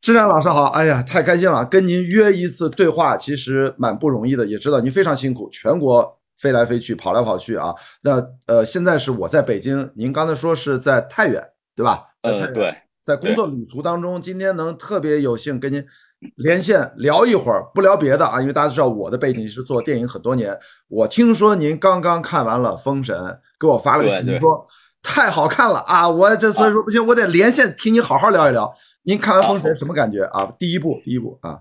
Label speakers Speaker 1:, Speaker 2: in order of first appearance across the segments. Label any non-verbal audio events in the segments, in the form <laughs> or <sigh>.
Speaker 1: 志亮老师好，哎呀，太开心了，跟您约一次对话其实蛮不容易的，也知道您非常辛苦，全国飞来飞去，跑来跑去啊。那呃，现在是我在北京，您刚才说是在太原，对吧？在太
Speaker 2: 嗯，
Speaker 1: 原
Speaker 2: 对，
Speaker 1: 在工作旅途当中，今天能特别有幸跟您连线聊一会儿，不聊别的啊，因为大家知道我的背景是做电影很多年，我听说您刚刚看完了《封神》，给我发了个
Speaker 2: 对
Speaker 1: 信
Speaker 2: 对
Speaker 1: 息说太好看了啊，我这所以说不行，我得连线听您好好聊一聊。您看完《封神》什么感觉啊？第一部，第一部啊，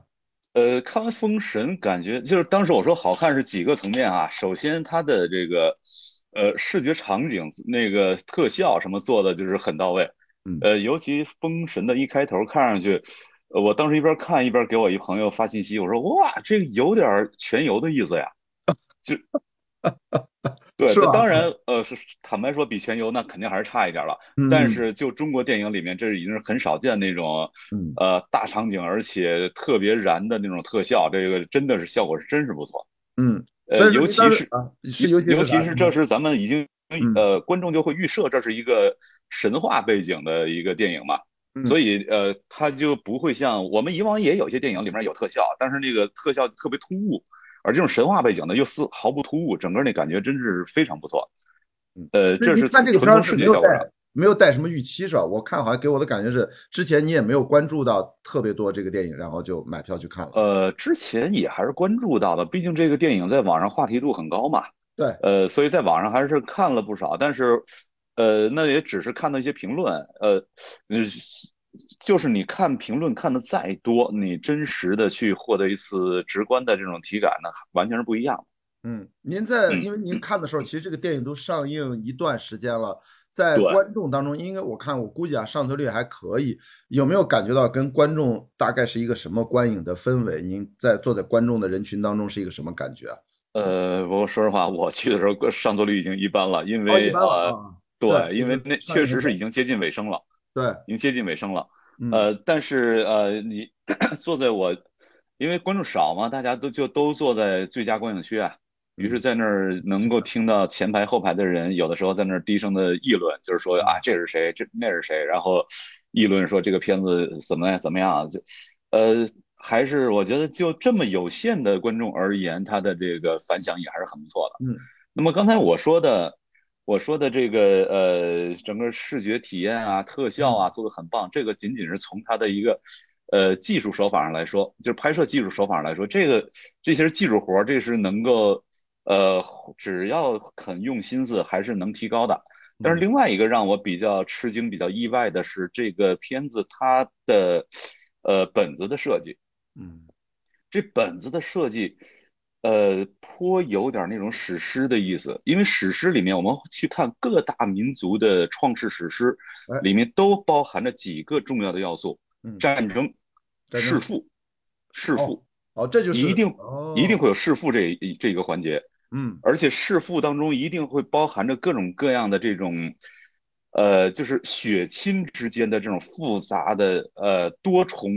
Speaker 2: 呃，看完《封神》，感觉就是当时我说好看是几个层面啊。首先，它的这个呃视觉场景、那个特效什么做的就是很到位。
Speaker 1: 嗯
Speaker 2: 呃，尤其《封神》的一开头，看上去，呃我当时一边看一边给我一朋友发信息，我说哇，这个有点儿全游的意思呀。
Speaker 1: <laughs>
Speaker 2: 就对，
Speaker 1: 是吧
Speaker 2: 当然，呃，是坦白说，比全游那肯定还是差一点儿了。
Speaker 1: 嗯
Speaker 2: 但是就中国电影里面，这已经是很少见那种。
Speaker 1: 嗯，
Speaker 2: 呃，大场景，而且特别燃的那种特效，这个真的是效果是真是不错。
Speaker 1: 嗯，所
Speaker 2: 呃，
Speaker 1: 以说
Speaker 2: 尤
Speaker 1: 您
Speaker 2: 其
Speaker 1: 当时
Speaker 2: 是
Speaker 1: 啊，是尤其
Speaker 2: 尤
Speaker 1: 啥
Speaker 2: 其是这是咱们已经
Speaker 1: 嗯
Speaker 2: 呃，观众就会预设这是一个神话背景的一个电影嘛，
Speaker 1: 嗯
Speaker 2: 所以呃，它就不会像我们以往也有些电影里面有特效，但是那个特效特别突兀，而这种神话背景呢又丝毫不突兀，整个那感觉真是非常不错
Speaker 1: 嗯。
Speaker 2: 呃，
Speaker 1: 那
Speaker 2: 这
Speaker 1: 您
Speaker 2: 是
Speaker 1: 看
Speaker 2: 纯
Speaker 1: 这个片
Speaker 2: 从
Speaker 1: 儿
Speaker 2: 视
Speaker 1: 是
Speaker 2: 觉
Speaker 1: 没
Speaker 2: 效
Speaker 1: 有
Speaker 2: 果上
Speaker 1: 带没有带什么预期是吧？我看好像给我的感觉是，之前你也没有关注到特别多这个电影，然后就买票去看了。
Speaker 2: 呃，之前也还是关注到的，毕竟这个电影在网上话题度很高嘛。
Speaker 1: 对，
Speaker 2: 呃，所以在网上还是看了不少，但是，呃，那也只是看到一些评论，呃，呃，就是你看评论看的再多，你真实的去获得一次直观的这种体感呢，完全是不一样的。
Speaker 1: 嗯，您在
Speaker 2: 嗯
Speaker 1: 因为您看的时候，其实这个电影都上映一段时间了，在
Speaker 2: 对
Speaker 1: 观众当中，应该我看我估计啊，上座率还可以。有没有感觉到跟观众大概是一个什么观影的氛围？您在坐在观众的人群当中是一个什么感觉啊？
Speaker 2: 呃，我说实话，我去的时候上座率已经一般了，因
Speaker 1: 哦，一
Speaker 2: 为
Speaker 1: 般了
Speaker 2: 呃，
Speaker 1: 啊，对
Speaker 2: 对，因为那
Speaker 1: 上一个
Speaker 2: 确实是已经接近尾声了。
Speaker 1: 对，
Speaker 2: 已经接近尾声了。
Speaker 1: 嗯
Speaker 2: 呃，但是呃，你 <coughs> 坐在我，因为观众少嘛，大家都就都坐在最佳观影区啊。于是，在那儿能够听到前排后排的人，有的时候在那儿低声的议论，就是说啊，这是谁，这那是谁，然后议论说这个片子怎么样怎么样，就呃，还是我觉得就这么有限的观众而言，他的这个反响也还是很不错的。
Speaker 1: 嗯，
Speaker 2: 那么刚才我说的，我说的这个呃，整个视觉体验啊、特效啊做得很棒，这个仅仅是从它的一个呃技术手法上来说，就是拍摄技术手法上来说，这个这些是技术活儿，这是能够呃，只要肯用心思，还是能提高的。但
Speaker 1: 嗯
Speaker 2: 是另外一个让我比较吃惊、比较意外的是，这个片子它的呃本子的设计。
Speaker 1: 嗯
Speaker 2: 这本子的设计，呃，颇有点那种史诗的意思，因为史诗里面我们去看各大民族的创世史诗
Speaker 1: 哎，
Speaker 2: 里面都包含着几个重要的要素：
Speaker 1: 嗯，
Speaker 2: 战争、
Speaker 1: 战争
Speaker 2: 弑父、弑父，
Speaker 1: 哦，这就是
Speaker 2: 一定一定
Speaker 1: 哦
Speaker 2: 会有弑父这一这一个环节，
Speaker 1: 嗯
Speaker 2: 而且弑父当中一定会包含着各种各样的这种。呃，就是血亲之间的这种复杂的呃多重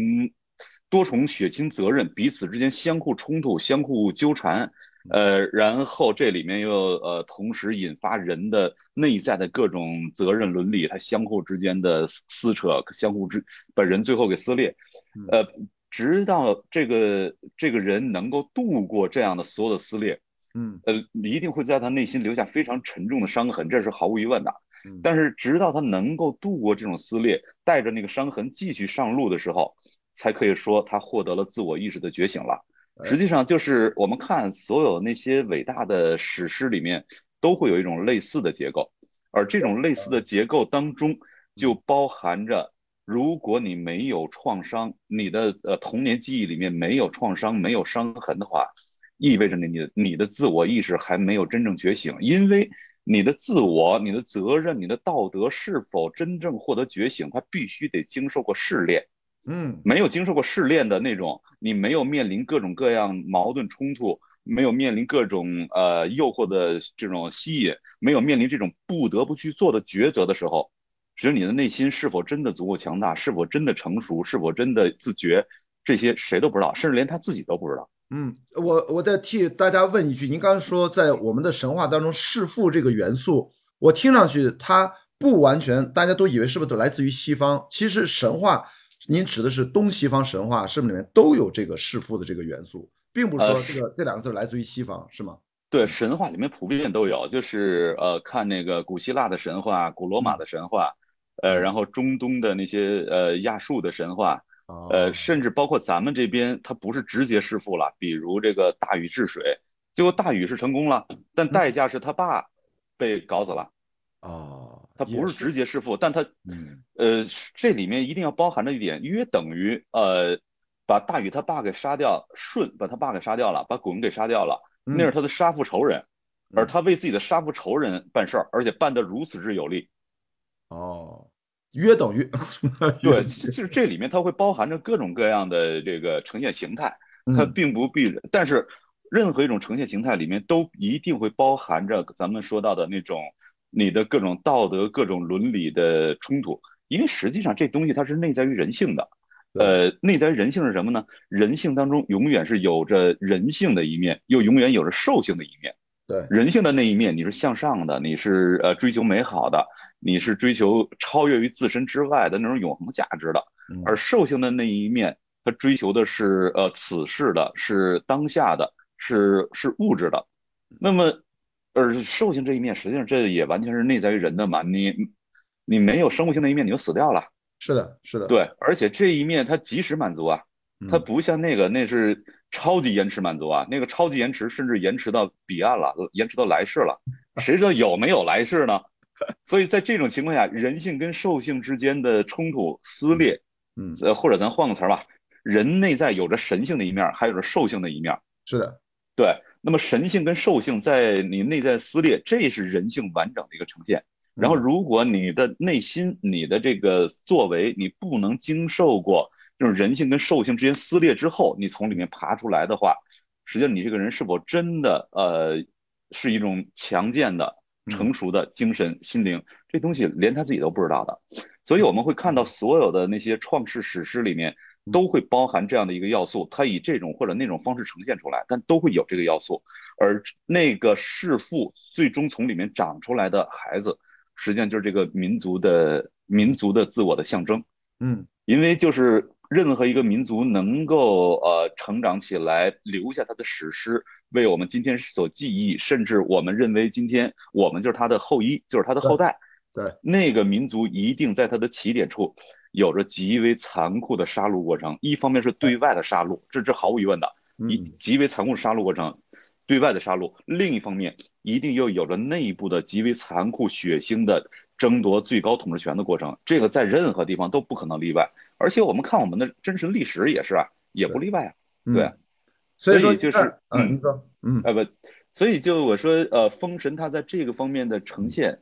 Speaker 2: 多重血亲责任，彼此之间相互冲突、相互纠缠，呃，然后这里面又呃同时引发人的内在的各种责任伦理，它相互之间的撕扯，相互之把人最后给撕裂，呃，直到这个这个人能够度过这样的所有的撕裂，
Speaker 1: 嗯
Speaker 2: 呃，一定会在他内心留下非常沉重的伤痕，这是毫无疑问的。
Speaker 1: 嗯，
Speaker 2: 但是直到他能够度过这种撕裂，带着那个伤痕继续上路的时候，才可以说他获得了自我意识的觉醒了。
Speaker 1: 哎
Speaker 2: 实际上，就是我们看所有那些伟大的史诗里面，都会有一种类似的结构，而这种类似的结构当中，就包含着，如果你没有创伤，你的呃童年记忆里面没有创伤、没有伤痕的话，意味着你的你的自我意识还没有真正觉醒，因为你的自我、你的责任、你的道德是否真正获得觉醒，它必须得经受过试炼。
Speaker 1: 嗯
Speaker 2: 没有经受过试炼的那种，你没有面临各种各样矛盾冲突，没有面临各种呃诱惑的这种吸引，没有面临这种不得不去做的抉择的时候，只有你的内心是否真的足够强大，是否真的成熟，是否真的自觉，这些谁都不知道，甚至连他自己都不知道。
Speaker 1: 嗯，我我再替大家问一句，您刚才说在我们的神话当中，弑父这个元素，我听上去它不完全，大家都以为是不是都来自于西方？其实神话您指的是东西方神话是不是里面都有这个弑父的这个元素，并
Speaker 2: 呃
Speaker 1: 不是说这个这两个字来自于西方，是吗？
Speaker 2: 对，神话里面普遍都有，就是呃，看那个古希腊的神话、古罗马
Speaker 1: 嗯
Speaker 2: 的神话，呃，然后中东的那些呃亚述的神话，
Speaker 1: 哦
Speaker 2: 呃，甚至包括咱们这边，它不是直接弑父了，比如这个大禹治水，结果大禹是成功了，但代价是他爸被搞死了。
Speaker 1: 哦，
Speaker 2: 他不
Speaker 1: 也
Speaker 2: 是直接弑父，但他
Speaker 1: 嗯
Speaker 2: 呃，这里面一定要包含着一点，约等于呃，把大禹他爸给杀掉，舜把他爸给杀掉了，把鲧给杀掉了，
Speaker 1: 嗯
Speaker 2: 那是他的杀父仇人，而他为自己的杀父仇人办事儿，而且办得如此之有力。
Speaker 1: 哦，约等于
Speaker 2: 对，就是这里面它会包含着各种各样的这个呈现形态，它
Speaker 1: 嗯
Speaker 2: 并不必，但是任何一种呈现形态里面都一定会包含着咱们说到的那种你的各种道德、各种伦理的冲突，因为实际上这东西它是内在于人性的。呃，内在于人性是什么呢？人性当中永远是有着人性的一面，又永远有着兽性的一面。
Speaker 1: 对
Speaker 2: 人性的那一面，你是向上的，你是呃追求美好的，你是追求超越于自身之外的那种永恒价值的。
Speaker 1: 嗯
Speaker 2: 而兽性的那一面，它追求的是呃此世的，是当下的，是是物质的。那么，而兽性这一面，实际上这也完全是内在于人的嘛。你你没有生物性的一面，你就死掉了。
Speaker 1: 是的是的，
Speaker 2: 对，而且这一面它及时满足啊，
Speaker 1: 嗯，
Speaker 2: 它不像那个那是超级延迟满足啊，那个超级延迟甚至延迟到彼岸了，延迟到来世了，谁知道有没有来世呢？ <laughs> 所以在这种情况下，人性跟兽性之间的冲突撕裂，
Speaker 1: 嗯
Speaker 2: 呃，或者咱换个词儿吧，人内在有着神性的一面儿，还有着兽性的一面儿。
Speaker 1: 是的，
Speaker 2: 对，那么神性跟兽性在你内在撕裂，这是人性完整的一个呈现。然后，
Speaker 1: 嗯
Speaker 2: 如果你的内心、你的这个作为，你不能经受过这种人性跟兽性之间撕裂之后，你从里面爬出来的话，实际上你这个人是否真的呃，是一种强健的、
Speaker 1: 嗯
Speaker 2: 成熟的精神、心灵，这东西连他自己都不知道的。所以我们会看到所有的那些创世史诗里面
Speaker 1: 嗯
Speaker 2: 都会包含这样的一个要素，它以这种或者那种方式呈现出来，但都会有这个要素。而那个弑父最终从里面长出来的孩子，实际上就是这个民族的民族的自我的象征。
Speaker 1: 嗯
Speaker 2: 因为就是任何一个民族能够呃成长起来，留下它的史诗，为我们今天所记忆，甚至我们认为今天我们就是它的后裔，就是它的后代。
Speaker 1: 对对
Speaker 2: 那个民族一定在它的起点处有着极为残酷的杀戮过程。一方面是对外的杀戮，这是毫无疑问的，一
Speaker 1: 嗯
Speaker 2: 极为残酷的杀戮过程，对外的杀戮；另一方面，一定又有着内部的极为残酷、血腥的争夺最高统治权的过程。这个在任何地方都不可能例外。而且我们看我们的真实历史也是啊，也不例外啊。
Speaker 1: 嗯
Speaker 2: 对
Speaker 1: 所以
Speaker 2: 所
Speaker 1: 说
Speaker 2: 以就是
Speaker 1: 一旦啊，
Speaker 2: 嗯
Speaker 1: 您说嗯
Speaker 2: 啊不，所以就我说，呃，封神它在这个方面的呈现，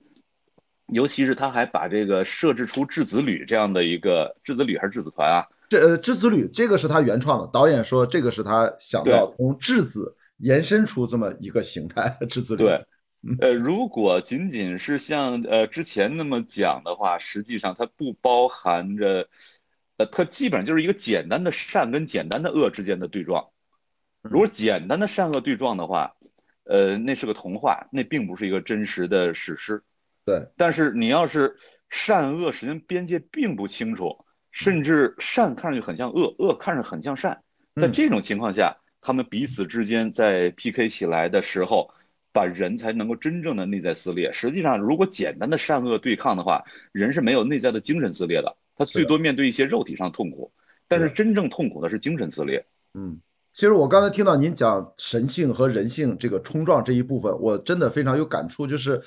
Speaker 2: 尤其是他还把这个设置出质子旅这样的一个质子旅还是质子团啊，
Speaker 1: 这呃质子旅这个是他原创的，导演说这个是他想到从质子延伸出这么一个形态，质子旅
Speaker 2: 对，呃，如果仅仅是像呃之前那么讲的话，实际上它不包含着，呃，它基本上就是一个简单的善跟简单的恶之间的对撞。如果简单的善恶对撞的话，呃，那是个童话，那并不是一个真实的史诗。
Speaker 1: 对，
Speaker 2: 但是你要是善恶实际上边界并不清楚，甚至善看上去很像恶，恶看上去很像善，在
Speaker 1: 嗯
Speaker 2: 这种情况下，他们彼此之间在 PK 起来的时候，把人才能够真正的内在撕裂。实际上，如果简单的善恶对抗的话，人是没有内在的精神撕裂的，他最多面对一些肉体上痛苦，但是真正痛苦的是精神撕裂。
Speaker 1: 嗯，其实我刚才听到您讲神性和人性这个冲撞这一部分，我真的非常有感触，就是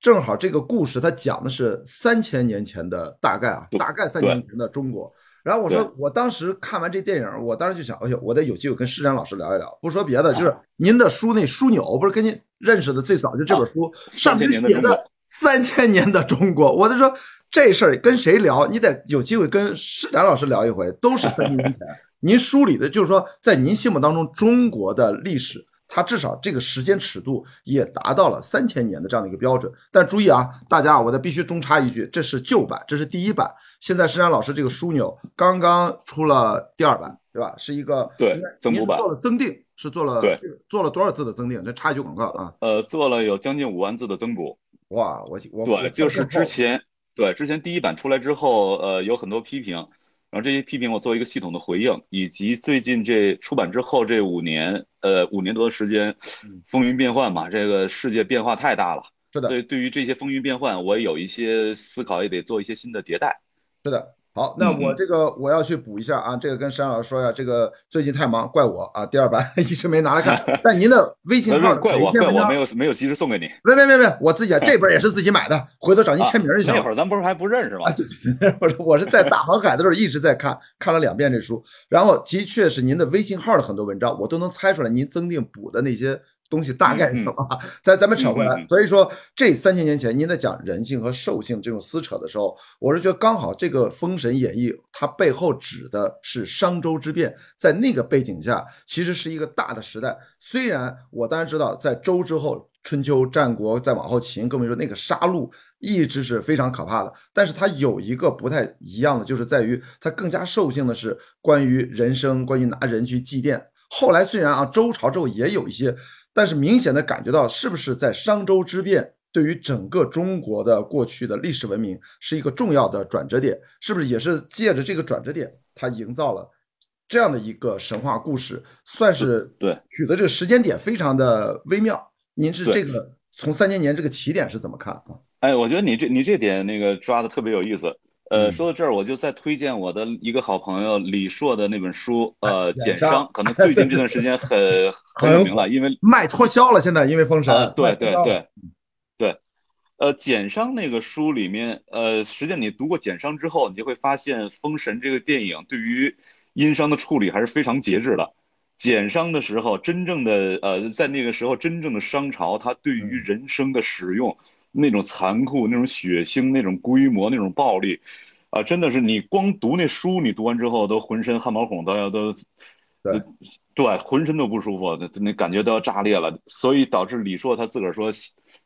Speaker 1: 正好这个故事它讲的是三千年前的大概啊，
Speaker 2: 对
Speaker 1: 大概三千年前的中国。然后我说，我当时看完这电影，我当时就想，哎呦，我得有机会跟施展老师聊一聊。不说别的，
Speaker 2: 啊
Speaker 1: 就是您的书那枢纽，不是跟您认识的最早就这本书，上面
Speaker 2: 3000
Speaker 1: 写
Speaker 2: 啊年的中国
Speaker 1: 的 <laughs> 三千年的中国，我就说这事儿跟谁聊，你得有机会跟施展老师聊一回，都是三千年前。您梳理的就是说，在您心目当中，中国的历史，它至少这个时间尺度也达到了三千年的这样的一个标准。但注意啊，大家啊，我得必须中插一句，这是旧版，这是第一版。现在施展老师这个枢纽刚刚出了第二版，对吧？是一个
Speaker 2: 对
Speaker 1: 应该
Speaker 2: 增补
Speaker 1: 您
Speaker 2: 版
Speaker 1: 做了增订，是做了
Speaker 2: 对
Speaker 1: 做了多少字的增订？这插一句广告啊！
Speaker 2: 呃，做了有将近五万字的增补。
Speaker 1: 哇，我我
Speaker 2: 对，就是之前对之前第一版出来之后，呃，有很多批评，然后这些批评我做一个系统的回应，以及最近这出版之后这五年，呃，五年多的时间，
Speaker 1: 嗯
Speaker 2: 风云变幻嘛，这个世界变化太大了。
Speaker 1: 是的，
Speaker 2: 所以对于这些风云变幻，我也有一些思考，也得做一些新的迭代。
Speaker 1: 是的。好，
Speaker 2: 嗯
Speaker 1: 那我这个我要去补一下啊，这个跟山老师说一下，这个最近太忙，怪我啊，第二版 <laughs> 一直没拿来
Speaker 2: <laughs>
Speaker 1: 看。但您的微信号
Speaker 2: 呃怪我，怪我没有没有及时送给你。
Speaker 1: 没没没没，我自己啊这本也是自己买的，回头找您签名一下。
Speaker 2: 啊那会儿咱不是还不认识吗？
Speaker 1: 啊，对对对，我是我是在大航海的时候一直在看，看了两遍这书，然后的确是您的微信号的很多文章，我都能猜出来您增订补的那些。东西大概是什
Speaker 2: 嗯
Speaker 1: 么？啊咱咱们扯回来。所以说，这三千年前您在讲人性和兽性这种撕扯的时候，我是觉得刚好这个《封神演义》它背后指的是商周之变，在那个背景下，其实是一个大的时代。虽然我当然知道，在周之后，春秋、战国，再往后秦，更别说那个杀戮一直是非常可怕的。但是它有一个不太一样的，就是在于它更加兽性的是关于人生，关于拿人去祭奠。后来虽然啊，周朝之后也有一些。但是明显的感觉到，是不是在商周之变对于整个中国的过去的历史文明是一个重要的转折点？是不是也是借着这个转折点，它营造了这样的一个神话故事？算是
Speaker 2: 对
Speaker 1: 取的这个时间点非常的微妙。您是这个从三千年这个起点是怎么看啊？
Speaker 2: 哎，我觉得你这你这点那个抓的特别有意思。呃，说到这儿，我就再推荐我的一个好朋友李硕的那本书，呃，《减伤》，可能最近这段时间很很有名了，因为
Speaker 1: 卖脱销了，现在因为封神。嗯
Speaker 2: 呃、对对对对，呃，《减伤》那个书里面，呃，实际上你读过《减伤》之后，你就会发现《封神》这个电影对于殷商的处理还是非常节制的。减伤的时候，真正的呃，在那个时候真正的商朝，它对于人生的使用。嗯那种残酷、那种血腥、那种规模、那种暴力，啊、呃，真的是你光读那书，你读完之后都浑身汗毛孔都要都，
Speaker 1: 对，
Speaker 2: 对，浑身都不舒服，那感觉都要炸裂了。所以导致李硕他自个儿说，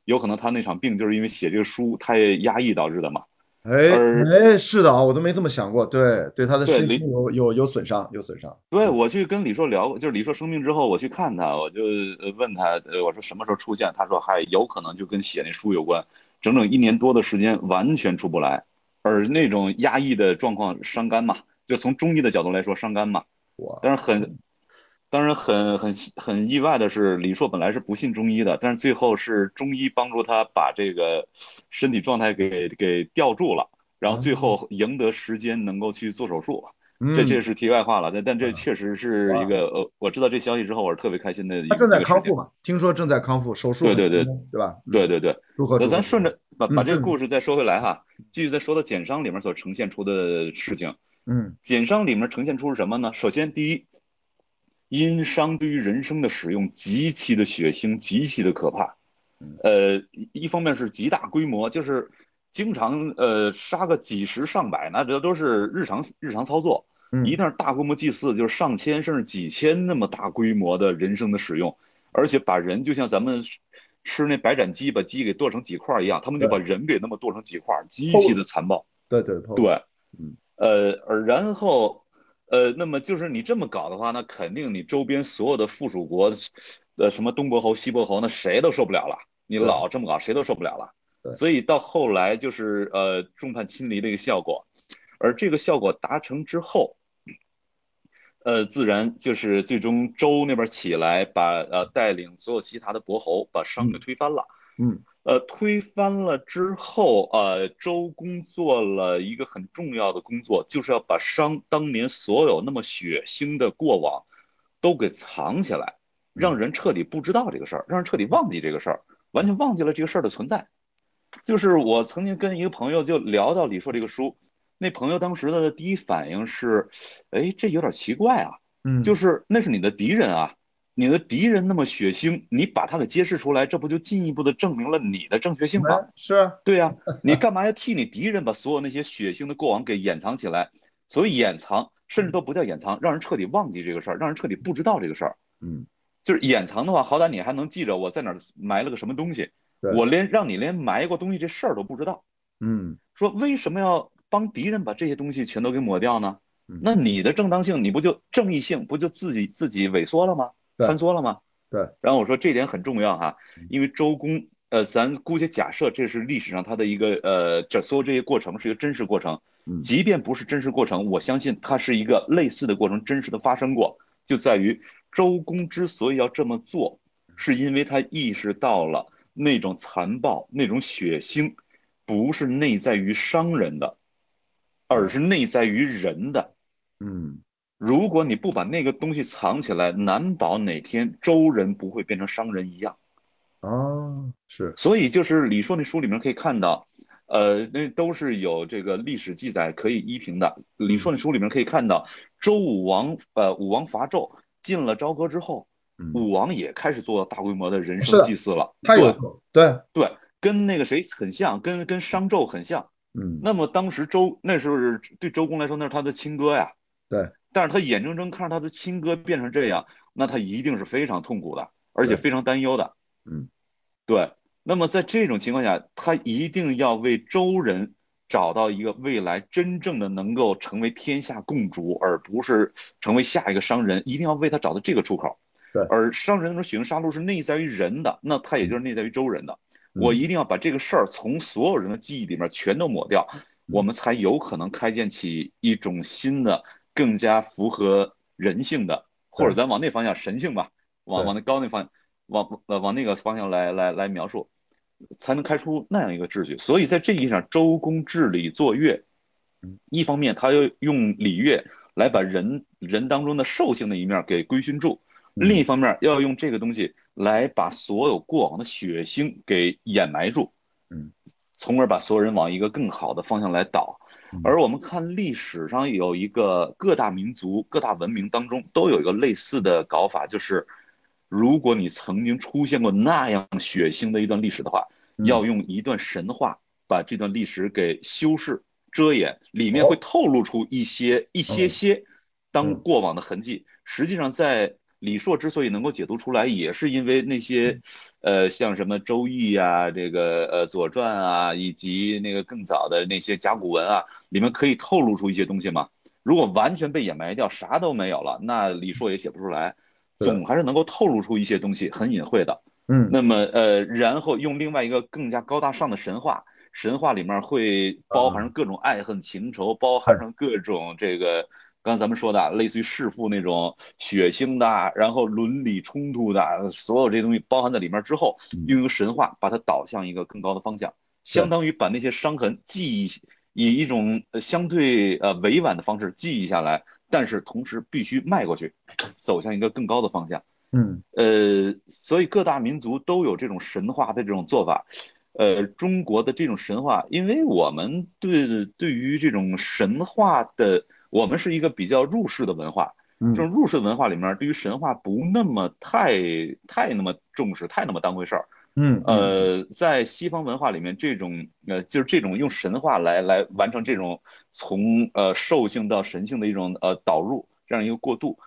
Speaker 2: 有可能他那场病就是因为写这个书太压抑导致的嘛。
Speaker 1: 哎哎，是的啊，我都没这么想过。对对，他的身体有有有损伤，有损伤。
Speaker 2: 对我去跟李硕聊，就是李硕生病之后，我去看他，我就呃问他，我说什么时候出现？他说还有可能就跟写那书有关，整整一年多的时间完全出不来，而那种压抑的状况伤肝嘛，就从中医的角度来说伤肝嘛。但是很，当然很很很意外的是，李硕本来是不信中医的，但是最后是中医帮助他把这个身体状态给给吊住了。然后最后赢得时间能够去做手术，
Speaker 1: 嗯
Speaker 2: 这这是题外话了。但但这确实是一个呃，我知道这消息之后，我是特别开心的。
Speaker 1: 他正在康复嘛？听说正在康复手术。
Speaker 2: 对对对，
Speaker 1: 对吧？
Speaker 2: 嗯对对对。
Speaker 1: 祝贺！
Speaker 2: 咱顺着把
Speaker 1: 嗯
Speaker 2: 把这个故事再说回来哈，继续再说到减伤里面所呈现出的事情。
Speaker 1: 嗯，
Speaker 2: 减伤里面呈现出是什么呢？首先，第一，殷商对于人生的使用极其的血腥，极其的可怕。
Speaker 1: 嗯
Speaker 2: 呃，一方面是极大规模，就是。经常呃杀个几十上百，那这都是日常日常操作。
Speaker 1: 嗯
Speaker 2: 一旦大规模祭祀，就是上千甚至几千那么大规模的人生的使用，而且把人就像咱们吃那白斩鸡，把鸡给剁成几块一样，他们就把人给那么剁成几块，极其的残暴。
Speaker 1: 对对对，
Speaker 2: 对，嗯，呃，然后呃，那么就是你这么搞的话，那肯定你周边所有的附属国，呃，什么东伯侯、西伯侯，那谁都受不了了。你老这么搞，谁都受不了了。所以到后来就是呃众叛亲离的一个效果，而这个效果达成之后，呃自然就是最终周那边起来把呃带领所有其他的伯侯把商给推翻了，
Speaker 1: 嗯，
Speaker 2: 呃推翻了之后，呃周公做了一个很重要的工作，就是要把商当年所有那么血腥的过往都给藏起来，让人彻底不知道这个事儿，让人彻底忘记这个事儿，完全忘记了这个事儿的存在。就是我曾经跟一个朋友就聊到李硕这个书，那朋友当时的第一反应是，哎，这有点奇怪啊，
Speaker 1: 嗯，
Speaker 2: 就是那是你的敌人啊，你的敌人那么血腥，你把他给揭示出来，这不就进一步的证明了你的正确性吗？
Speaker 1: 是啊，
Speaker 2: 对呀、啊，你干嘛要替你敌人把所有那些血腥的过往给掩藏起来？所谓掩藏，甚至都不叫掩藏，让人彻底忘记这个事儿，让人彻底不知道这个事儿。
Speaker 1: 嗯，
Speaker 2: 就是掩藏的话，好歹你还能记着我在哪儿埋了个什么东西。我连让你连埋过东西这事儿都不知道，
Speaker 1: 嗯，
Speaker 2: 说为什么要帮敌人把这些东西全都给抹掉呢？
Speaker 1: 嗯
Speaker 2: 那你的正当性，你不就正义性不就自己自己萎缩了吗？坍缩了吗？
Speaker 1: 对。嗯
Speaker 2: 然后我说这点很重要哈、啊，因为周公呃，咱姑且假设这是历史上它的一个呃，这所有这些过程是一个真实过程，
Speaker 1: 嗯
Speaker 2: 即便不是真实过程，我相信它是一个类似的过程，真实的发生过，就在于周公之所以要这么做，是因为他意识到了那种残暴、那种血腥，不是内在于商人的，而是内在于人的。
Speaker 1: 嗯
Speaker 2: 如果你不把那个东西藏起来，难保哪天周人不会变成商人一样。
Speaker 1: 哦，是
Speaker 2: 所以就是李硕那书里面可以看到，呃，那都是有这个历史记载可以依凭的。李硕那书里面可以看到，周武王呃武王伐纣进了朝歌之后，
Speaker 1: 嗯，
Speaker 2: 武王也开始做大规模的人
Speaker 1: 是
Speaker 2: 生
Speaker 1: 的
Speaker 2: 祭祀了。
Speaker 1: 他有
Speaker 2: 对
Speaker 1: 对，
Speaker 2: 对，跟那个谁很像，跟跟商纣很像。
Speaker 1: 嗯
Speaker 2: 那么当时周那时候是对周公来说那是他的亲哥呀，
Speaker 1: 对，
Speaker 2: 但是他眼睁睁看着他的亲哥变成这样，那他一定是非常痛苦的，而且
Speaker 1: 对
Speaker 2: 非常担忧的，
Speaker 1: 嗯，
Speaker 2: 对。那么在这种情况下，他一定要为周人找到一个未来真正的能够成为天下共主，而不是成为下一个商人，一定要为他找到这个出口。
Speaker 1: 对嗯
Speaker 2: 而商人那种血腥杀戮是内在于人的，那他也就是内在于周人的。我一定要把这个事儿从所有人的记忆里面全都抹掉，我们才有可能开建起一种新的、更加符合人性的，或者咱往那方向神性吧，往
Speaker 1: 对
Speaker 2: 往那高那方，往呃往那个方向来来来描述，才能开出那样一个秩序。所以在这意义上，周公治理作乐，
Speaker 1: 嗯
Speaker 2: 一方面他要用礼乐来把人人当中的兽性的一面给规训住，
Speaker 1: 嗯
Speaker 2: 另一方面要用这个东西来把所有过往的血腥给掩埋住，
Speaker 1: 嗯，
Speaker 2: 从而把所有人往一个更好的方向来导
Speaker 1: 嗯。
Speaker 2: 而我们看历史上有一个各大民族、各大文明当中都有一个类似的搞法，就是如果你曾经出现过那样血腥的一段历史的话，
Speaker 1: 嗯
Speaker 2: 要用一段神话把这段历史给修饰、遮掩，里面会透露出一些一些些当
Speaker 1: 哦嗯
Speaker 2: 过往的痕迹。实际上，在李硕之所以能够解读出来，也是因为那些，
Speaker 1: 嗯
Speaker 2: 呃，像什么《周易》啊，这个呃《左传》啊，以及那个更早的那些甲骨文啊，里面可以透露出一些东西嘛。如果完全被掩埋掉，啥都没有了，那李硕也写不出来，
Speaker 1: 嗯对
Speaker 2: 总还是能够透露出一些东西，很隐晦的。
Speaker 1: 嗯
Speaker 2: 那么呃，然后用另外一个更加高大上的神话，神话里面
Speaker 1: 嗯
Speaker 2: 会包含上各种爱恨情仇，包含上各种这个刚才咱们说的啊类似于弑父那种血腥的啊，然后伦理冲突的啊，所有这些东西包含在里面之后
Speaker 1: 嗯，
Speaker 2: 用一个神话把它导向一个更高的方向，相当于把那些伤痕记忆以一种呃相对呃委婉的方式记忆下来，但是同时必须迈过去，走向一个更高的方向。
Speaker 1: 嗯
Speaker 2: 呃，所以各大民族都有这种神话的这种做法。呃，中国的这种神话，因为我们对对于这种神话的，我们是一个比较入世的文化，
Speaker 1: 嗯
Speaker 2: 这种入世文化里面，对于神话不那么太太那么重视，太那么当回事儿。
Speaker 1: 嗯嗯
Speaker 2: 呃，在西方文化里面，这种呃，就是这种用神话来来完成这种从呃兽性到神性的一种呃导入这样一个过渡，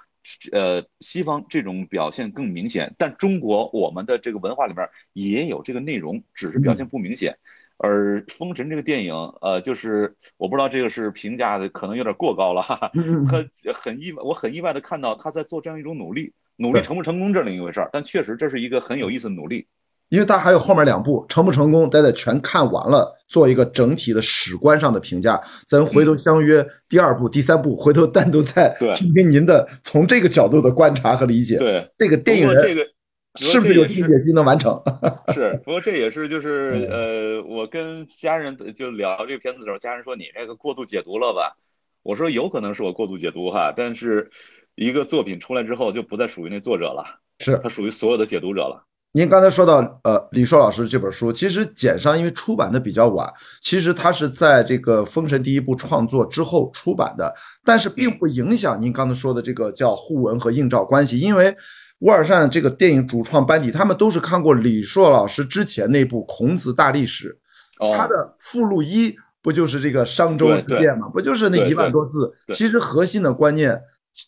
Speaker 2: 呃，西方这种表现更明显，但中国我们的这个文化里面也有这个内容，只是
Speaker 1: 嗯
Speaker 2: 表现不明显。而《封神》这个电影，呃，就是我不知道这个是评价的可能有点过高了，哈哈。
Speaker 1: 嗯嗯
Speaker 2: 很很意外，我很意外的看到他在做这样一种努力，努力
Speaker 1: 对
Speaker 2: 成不成功这是另一回事儿，但确实这是一个很有意思的努力。
Speaker 1: 因为它还有后面两部成不成功，咱得全看完了，做一个整体的史观上的评价。咱回头相约第二部、第三部，回头单独再
Speaker 2: 嗯对
Speaker 1: 听听您的从这个角度的观察和理解。
Speaker 2: 对，
Speaker 1: 这个电影
Speaker 2: 不过这
Speaker 1: 人
Speaker 2: 个
Speaker 1: 是不是有啊
Speaker 2: 这
Speaker 1: 这
Speaker 2: 也
Speaker 1: 个决心能完成？ <laughs>
Speaker 2: 是，不过这也
Speaker 1: 嗯
Speaker 2: 是就是呃，我跟家人就聊这个片子的时候，家人说你这个过度解读了吧？我说有可能是我过度解读哈，但是一个作品出来之后就不再属于那作者了，
Speaker 1: 是
Speaker 2: 它属于所有的解读者了。
Speaker 1: 您刚才说到，呃，李硕老师这本书，其实简上因为出版的比较晚，其实它是在这个《封神》第一部创作之后出版的，但是
Speaker 2: 嗯
Speaker 1: 并不影响您刚才说的这个叫互文和映照关系，因为乌尔善这个电影主创班底，他们都是看过李硕老师之前那部《孔子大历史》，它
Speaker 2: 哦，
Speaker 1: 的附录一不就是这个商周
Speaker 2: 对
Speaker 1: 之变嘛？不就是那
Speaker 2: 对
Speaker 1: 一万
Speaker 2: 对
Speaker 1: 多字？
Speaker 2: 对
Speaker 1: 其实核心的观念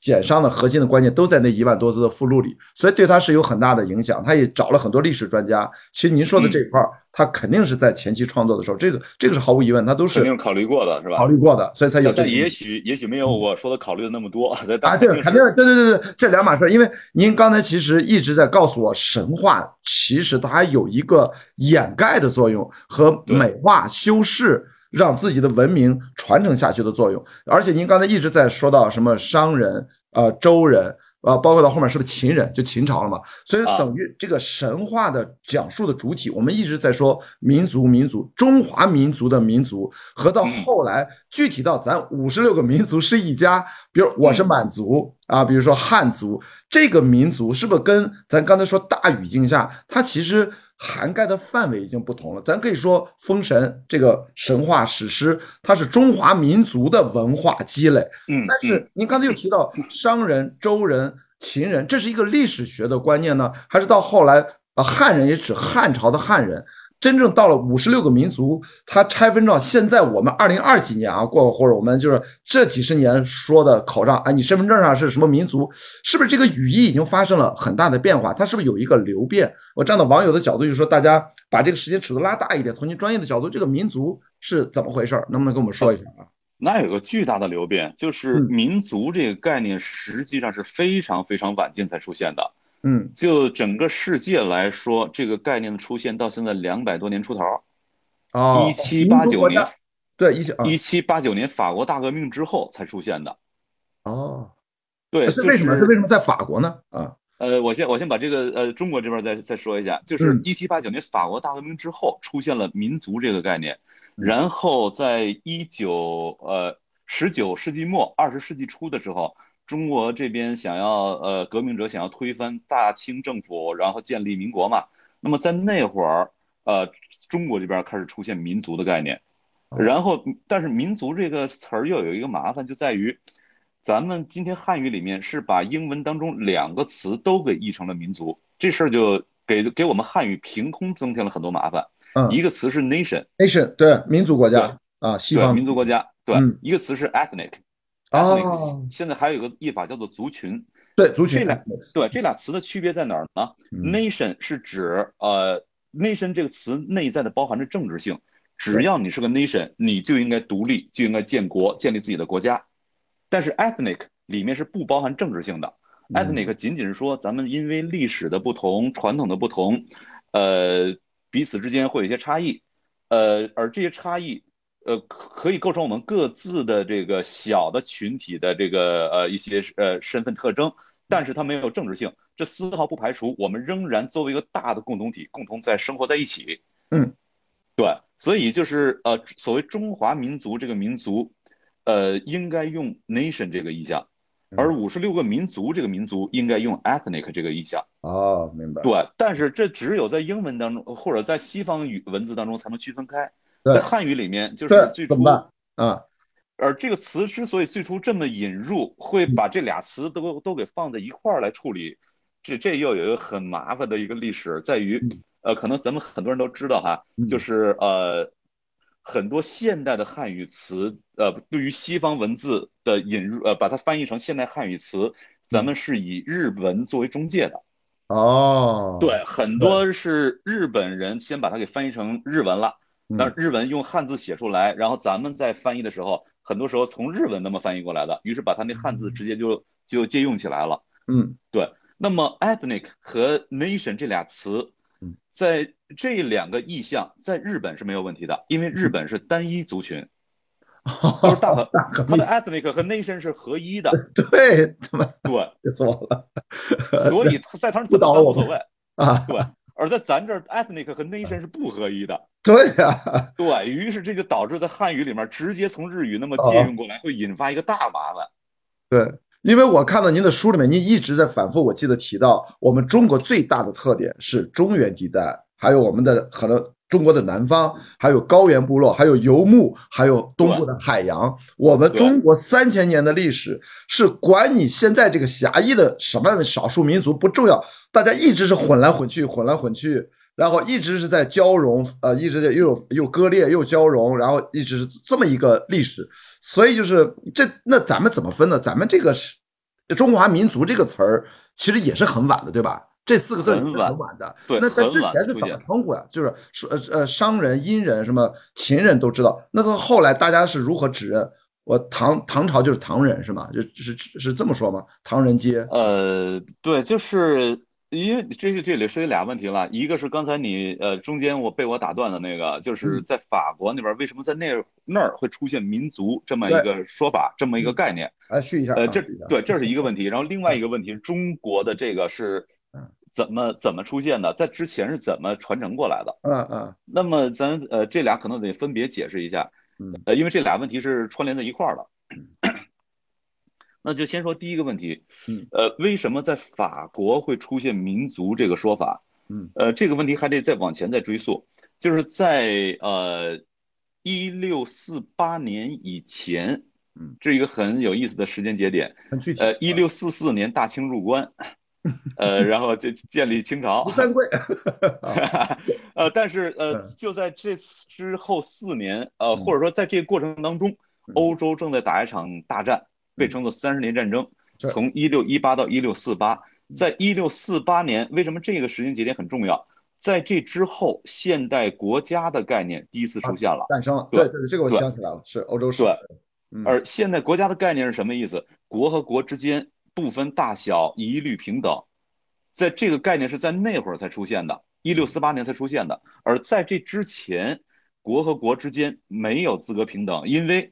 Speaker 1: 减伤的核心的关键都在那一万多字的附录里，所以对他是有很大的影响。他也找了很多历史专家，其实您说的这块儿，他肯定是在前期创作的时候，这个这个是毫无疑问，他都是
Speaker 2: 肯定考虑过的，是吧？
Speaker 1: 考虑过的，所以才有这
Speaker 2: 但
Speaker 1: 个。嗯
Speaker 2: 也许也许没有我说的考虑的那么多，但
Speaker 1: 啊，
Speaker 2: 但
Speaker 1: 对，
Speaker 2: 肯
Speaker 1: 肯
Speaker 2: 定
Speaker 1: 定
Speaker 2: 是
Speaker 1: 对对对对，这两码事儿。因为您刚才其实一直在告诉我，神话其实它还有一个掩盖的作用和
Speaker 2: 对
Speaker 1: 美化、修饰，让自己的文明传承下去的作用。而且您刚才一直在说到什么商人、呃周人。啊，包括到后面是不是秦人，就秦朝了嘛？所以
Speaker 2: 啊
Speaker 1: 等于这个神话的讲述的主体，我们一直在说民族、民族，中华民族的民族，和到后来具体到咱五十六个民族是一家，比如我是满族啊，比如说汉族，这个民族是不是跟咱刚才说大语境下，它其实涵盖的范围已经不同了？咱可以说《封神》这个神话史诗，它是中华民族的文化积累，
Speaker 2: 嗯
Speaker 1: 但
Speaker 2: 嗯
Speaker 1: 是您刚才又提到商人、周人、秦人，这是一个历史学的观念呢，还是到后来呃汉人也指汉朝的汉人？真正到了五十六个民族，它拆分到现在我们二零二几年啊，过或者我们就是这几十年说的口上啊，你身份证上是什么民族，是不是这个语义已经发生了很大的变化？它是不是有一个流变？我站到网友的角度，就说大家把这个时间尺度拉大一点，从您专业的角度，这个民族是怎么回事儿？能不能跟我们说一下啊？
Speaker 2: 那有个巨大的流变，就是
Speaker 1: 嗯
Speaker 2: 民族这个概念实际上是非常非常晚近才出现的。
Speaker 1: 嗯
Speaker 2: 就整个世界来说，这个概念的出现到现在两百多年出头，
Speaker 1: 哦，
Speaker 2: 一七八
Speaker 1: 民族
Speaker 2: 九
Speaker 1: 国家
Speaker 2: 年，
Speaker 1: 对，一起啊，
Speaker 2: 一七八九年法国大革命之后才出现的。
Speaker 1: 哦，
Speaker 2: 对，
Speaker 1: 这
Speaker 2: 就
Speaker 1: 为什么？这为
Speaker 2: 是
Speaker 1: 什么在法国呢？啊，
Speaker 2: 呃，我先我先把这个呃中国这边再再说一下，就是
Speaker 1: 嗯
Speaker 2: 一七八九年法国大革命之后出现了民族这个概念，然后在一九呃十九世纪末二十世纪初的时候，中国这边想要呃革命者想要推翻大清政府，然后建立民国嘛，那么在那会儿，呃，中国这边开始出现民族的概念，
Speaker 1: 哦
Speaker 2: 然后但是民族这个词儿又有一个麻烦，就在于咱们今天汉语里面是把英文当中两个词都给译成了民族，这事儿就给给我们汉语凭空增添了很多麻烦。
Speaker 1: 嗯
Speaker 2: 一个词是 nation，
Speaker 1: ，nation 对民族国家啊，西
Speaker 2: 对，
Speaker 1: 方
Speaker 2: 民族国家，对
Speaker 1: 嗯，
Speaker 2: 一个词是 ethnic，
Speaker 1: 哦，
Speaker 2: 现在还有一个译法叫做族群，
Speaker 1: 对族群
Speaker 2: 这俩对，这俩词的区别在哪儿呢？
Speaker 1: 嗯
Speaker 2: nation 是指呃 nation 这个词内在的包含着政治性，只
Speaker 1: 对
Speaker 2: 要你是个 nation，你就应该独立，就应该建国，建立自己的国家。但是 ethnic 里面是不包含政治性的
Speaker 1: 嗯
Speaker 2: ，ethnic 仅仅是说咱们因为历史的不同、传统的不同，呃，彼此之间会有一些差异，呃，而这些差异。呃，可可以构成我们各自的这个小的群体的这个呃一些呃身份特征，但是它没有政治性，这丝毫不排除我们仍然作为一个大的共同体，共同在生活在一起。
Speaker 1: 嗯，
Speaker 2: 对，所以就是呃，所谓中华民族这个民族，呃，应该用 nation 这个意象，
Speaker 1: 嗯
Speaker 2: 而五十六个民族这个民族应该用 ethnic 这个意象。
Speaker 1: 哦，明白，
Speaker 2: 对，但是这只有在英文当中或者在西方语文字当中才能区分开，
Speaker 1: 对
Speaker 2: 在汉语里面就是最
Speaker 1: 对，怎
Speaker 2: 初
Speaker 1: 么办啊？
Speaker 2: 而这个词之所以最初这么引入，会把这俩词都都给放在一块儿来处理，这这又有一个很麻烦的一个历史，在于
Speaker 1: 嗯，
Speaker 2: 呃，可能咱们很多人都知道哈，
Speaker 1: 嗯
Speaker 2: 就是呃，很多现代的汉语词，呃，对于西方文字的引入，呃，把它翻译成现代汉语词，
Speaker 1: 嗯
Speaker 2: 咱们是以日文作为中介的，
Speaker 1: 哦，
Speaker 2: 对，很多是日本人先把它给翻译成日文了。
Speaker 1: 嗯，
Speaker 2: 但是日文用汉字写出来，然后咱们在翻译的时候，很多时候从日文那么翻译过来的，于是把它那汉字直接就就借用起来了。
Speaker 1: 嗯
Speaker 2: 那么 ethnic 和 nation 这俩词
Speaker 1: 嗯，
Speaker 2: 在这两个意象在日本是没有问题的，因为
Speaker 1: 嗯
Speaker 2: 日本是单一族群，
Speaker 1: <laughs>
Speaker 2: 都是大和
Speaker 1: 大革
Speaker 2: 它
Speaker 1: 命
Speaker 2: 的 ethnic 和 nation 是合
Speaker 1: <laughs>
Speaker 2: 一的，
Speaker 1: 对，他妈 <laughs>
Speaker 2: 对，
Speaker 1: 气死我了
Speaker 2: 所以它在他们怎么翻无所谓，
Speaker 1: <laughs> 啊！
Speaker 2: 对。而在咱这儿，ethnic 和 nation 是不合一的，
Speaker 1: 对啊呀，
Speaker 2: 对于是，这就导致在汉语里面直接从日语那么
Speaker 1: 哦
Speaker 2: 借用过来，会引发一个大麻烦。
Speaker 1: 对。因为我看到您的书里面，您一直在反复，我记得提到我们中国最大的特点是中原地带，还有我们的可能中国的南方，还有高原部落，还有游牧，还有东部的海洋。我们中国三千年的历史是管你现在这个狭义的什么少数民族不重要，大家一直是混来混去，混来混去，然后一直是在交融，呃，一直在又有又割裂又交融，然后一直是这么一个历史。所以就是这那咱们怎么分呢？咱们这个是中华民族这个词儿其实也是很晚的，对吧？这四个字
Speaker 2: 很
Speaker 1: 也是
Speaker 2: 晚
Speaker 1: 很晚的。
Speaker 2: 对
Speaker 1: 那在
Speaker 2: 很
Speaker 1: 之
Speaker 2: 晚
Speaker 1: 前是
Speaker 2: 出
Speaker 1: 怎
Speaker 2: 现
Speaker 1: 么称呼呀？就是说呃呃商人、殷人、什么秦人都知道，那到后来大家是如何指认？我唐唐朝就是唐人是吗？就是是是这么说吗？唐人街，
Speaker 2: 呃，对，就是因为这是这里涉及俩问题了，一个是刚才你呃中间我被我打断的那个，就是在法国那边儿为什么在那儿那儿会出现民族这么一个说法，这么一个概念？
Speaker 1: 哎，续一下啊，嗯
Speaker 2: 呃，这
Speaker 1: 续一下
Speaker 2: 对这是一个问题，然后另外一个问题，中国的这个是
Speaker 1: 嗯
Speaker 2: 怎么怎么出现的，在之前是怎么传承过来的？
Speaker 1: 嗯嗯
Speaker 2: 那么咱呃这俩可能得分别解释一下
Speaker 1: 嗯，
Speaker 2: 呃，因为这俩问题是串联在一块儿的。那就先说第一个问题
Speaker 1: 嗯，
Speaker 2: 呃，为什么在法国会出现民族这个说法？
Speaker 1: 嗯
Speaker 2: 呃，这个问题还得再往前再追溯，就是在呃一六四八年以前
Speaker 1: 嗯，
Speaker 2: 这是一个很有意思的时间节点。
Speaker 1: 很具体。啊
Speaker 2: 呃，一六四四年大清入关，
Speaker 1: <laughs>
Speaker 2: 呃，然后就建立清朝。
Speaker 1: 三
Speaker 2: <laughs>
Speaker 1: 桂，啊
Speaker 2: 呃，但是呃
Speaker 1: 嗯，
Speaker 2: 就在这次之后四年，呃，
Speaker 1: 嗯
Speaker 2: 或者说在这个过程当中，
Speaker 1: 嗯
Speaker 2: 欧洲正在打一场大战，被
Speaker 1: 嗯
Speaker 2: 称作三十年战争，
Speaker 1: 是
Speaker 2: 从一六一八到一六四八。
Speaker 1: 嗯
Speaker 2: 在一六四八年，为什么这个时间节点很重要？在这之后，现代国家的概念第一次出现了。
Speaker 1: 诞生了。
Speaker 2: 对
Speaker 1: 对对，这个我
Speaker 2: 对
Speaker 1: 想起来了，是欧洲史。
Speaker 2: 对
Speaker 1: 嗯，
Speaker 2: 而现代国家的概念是什么意思？国和国之间不分大小，一律平等。在这个概念是在那会儿才出现的，一六四八年才出现的。而在这之前，国和国之间没有资格平等，因为，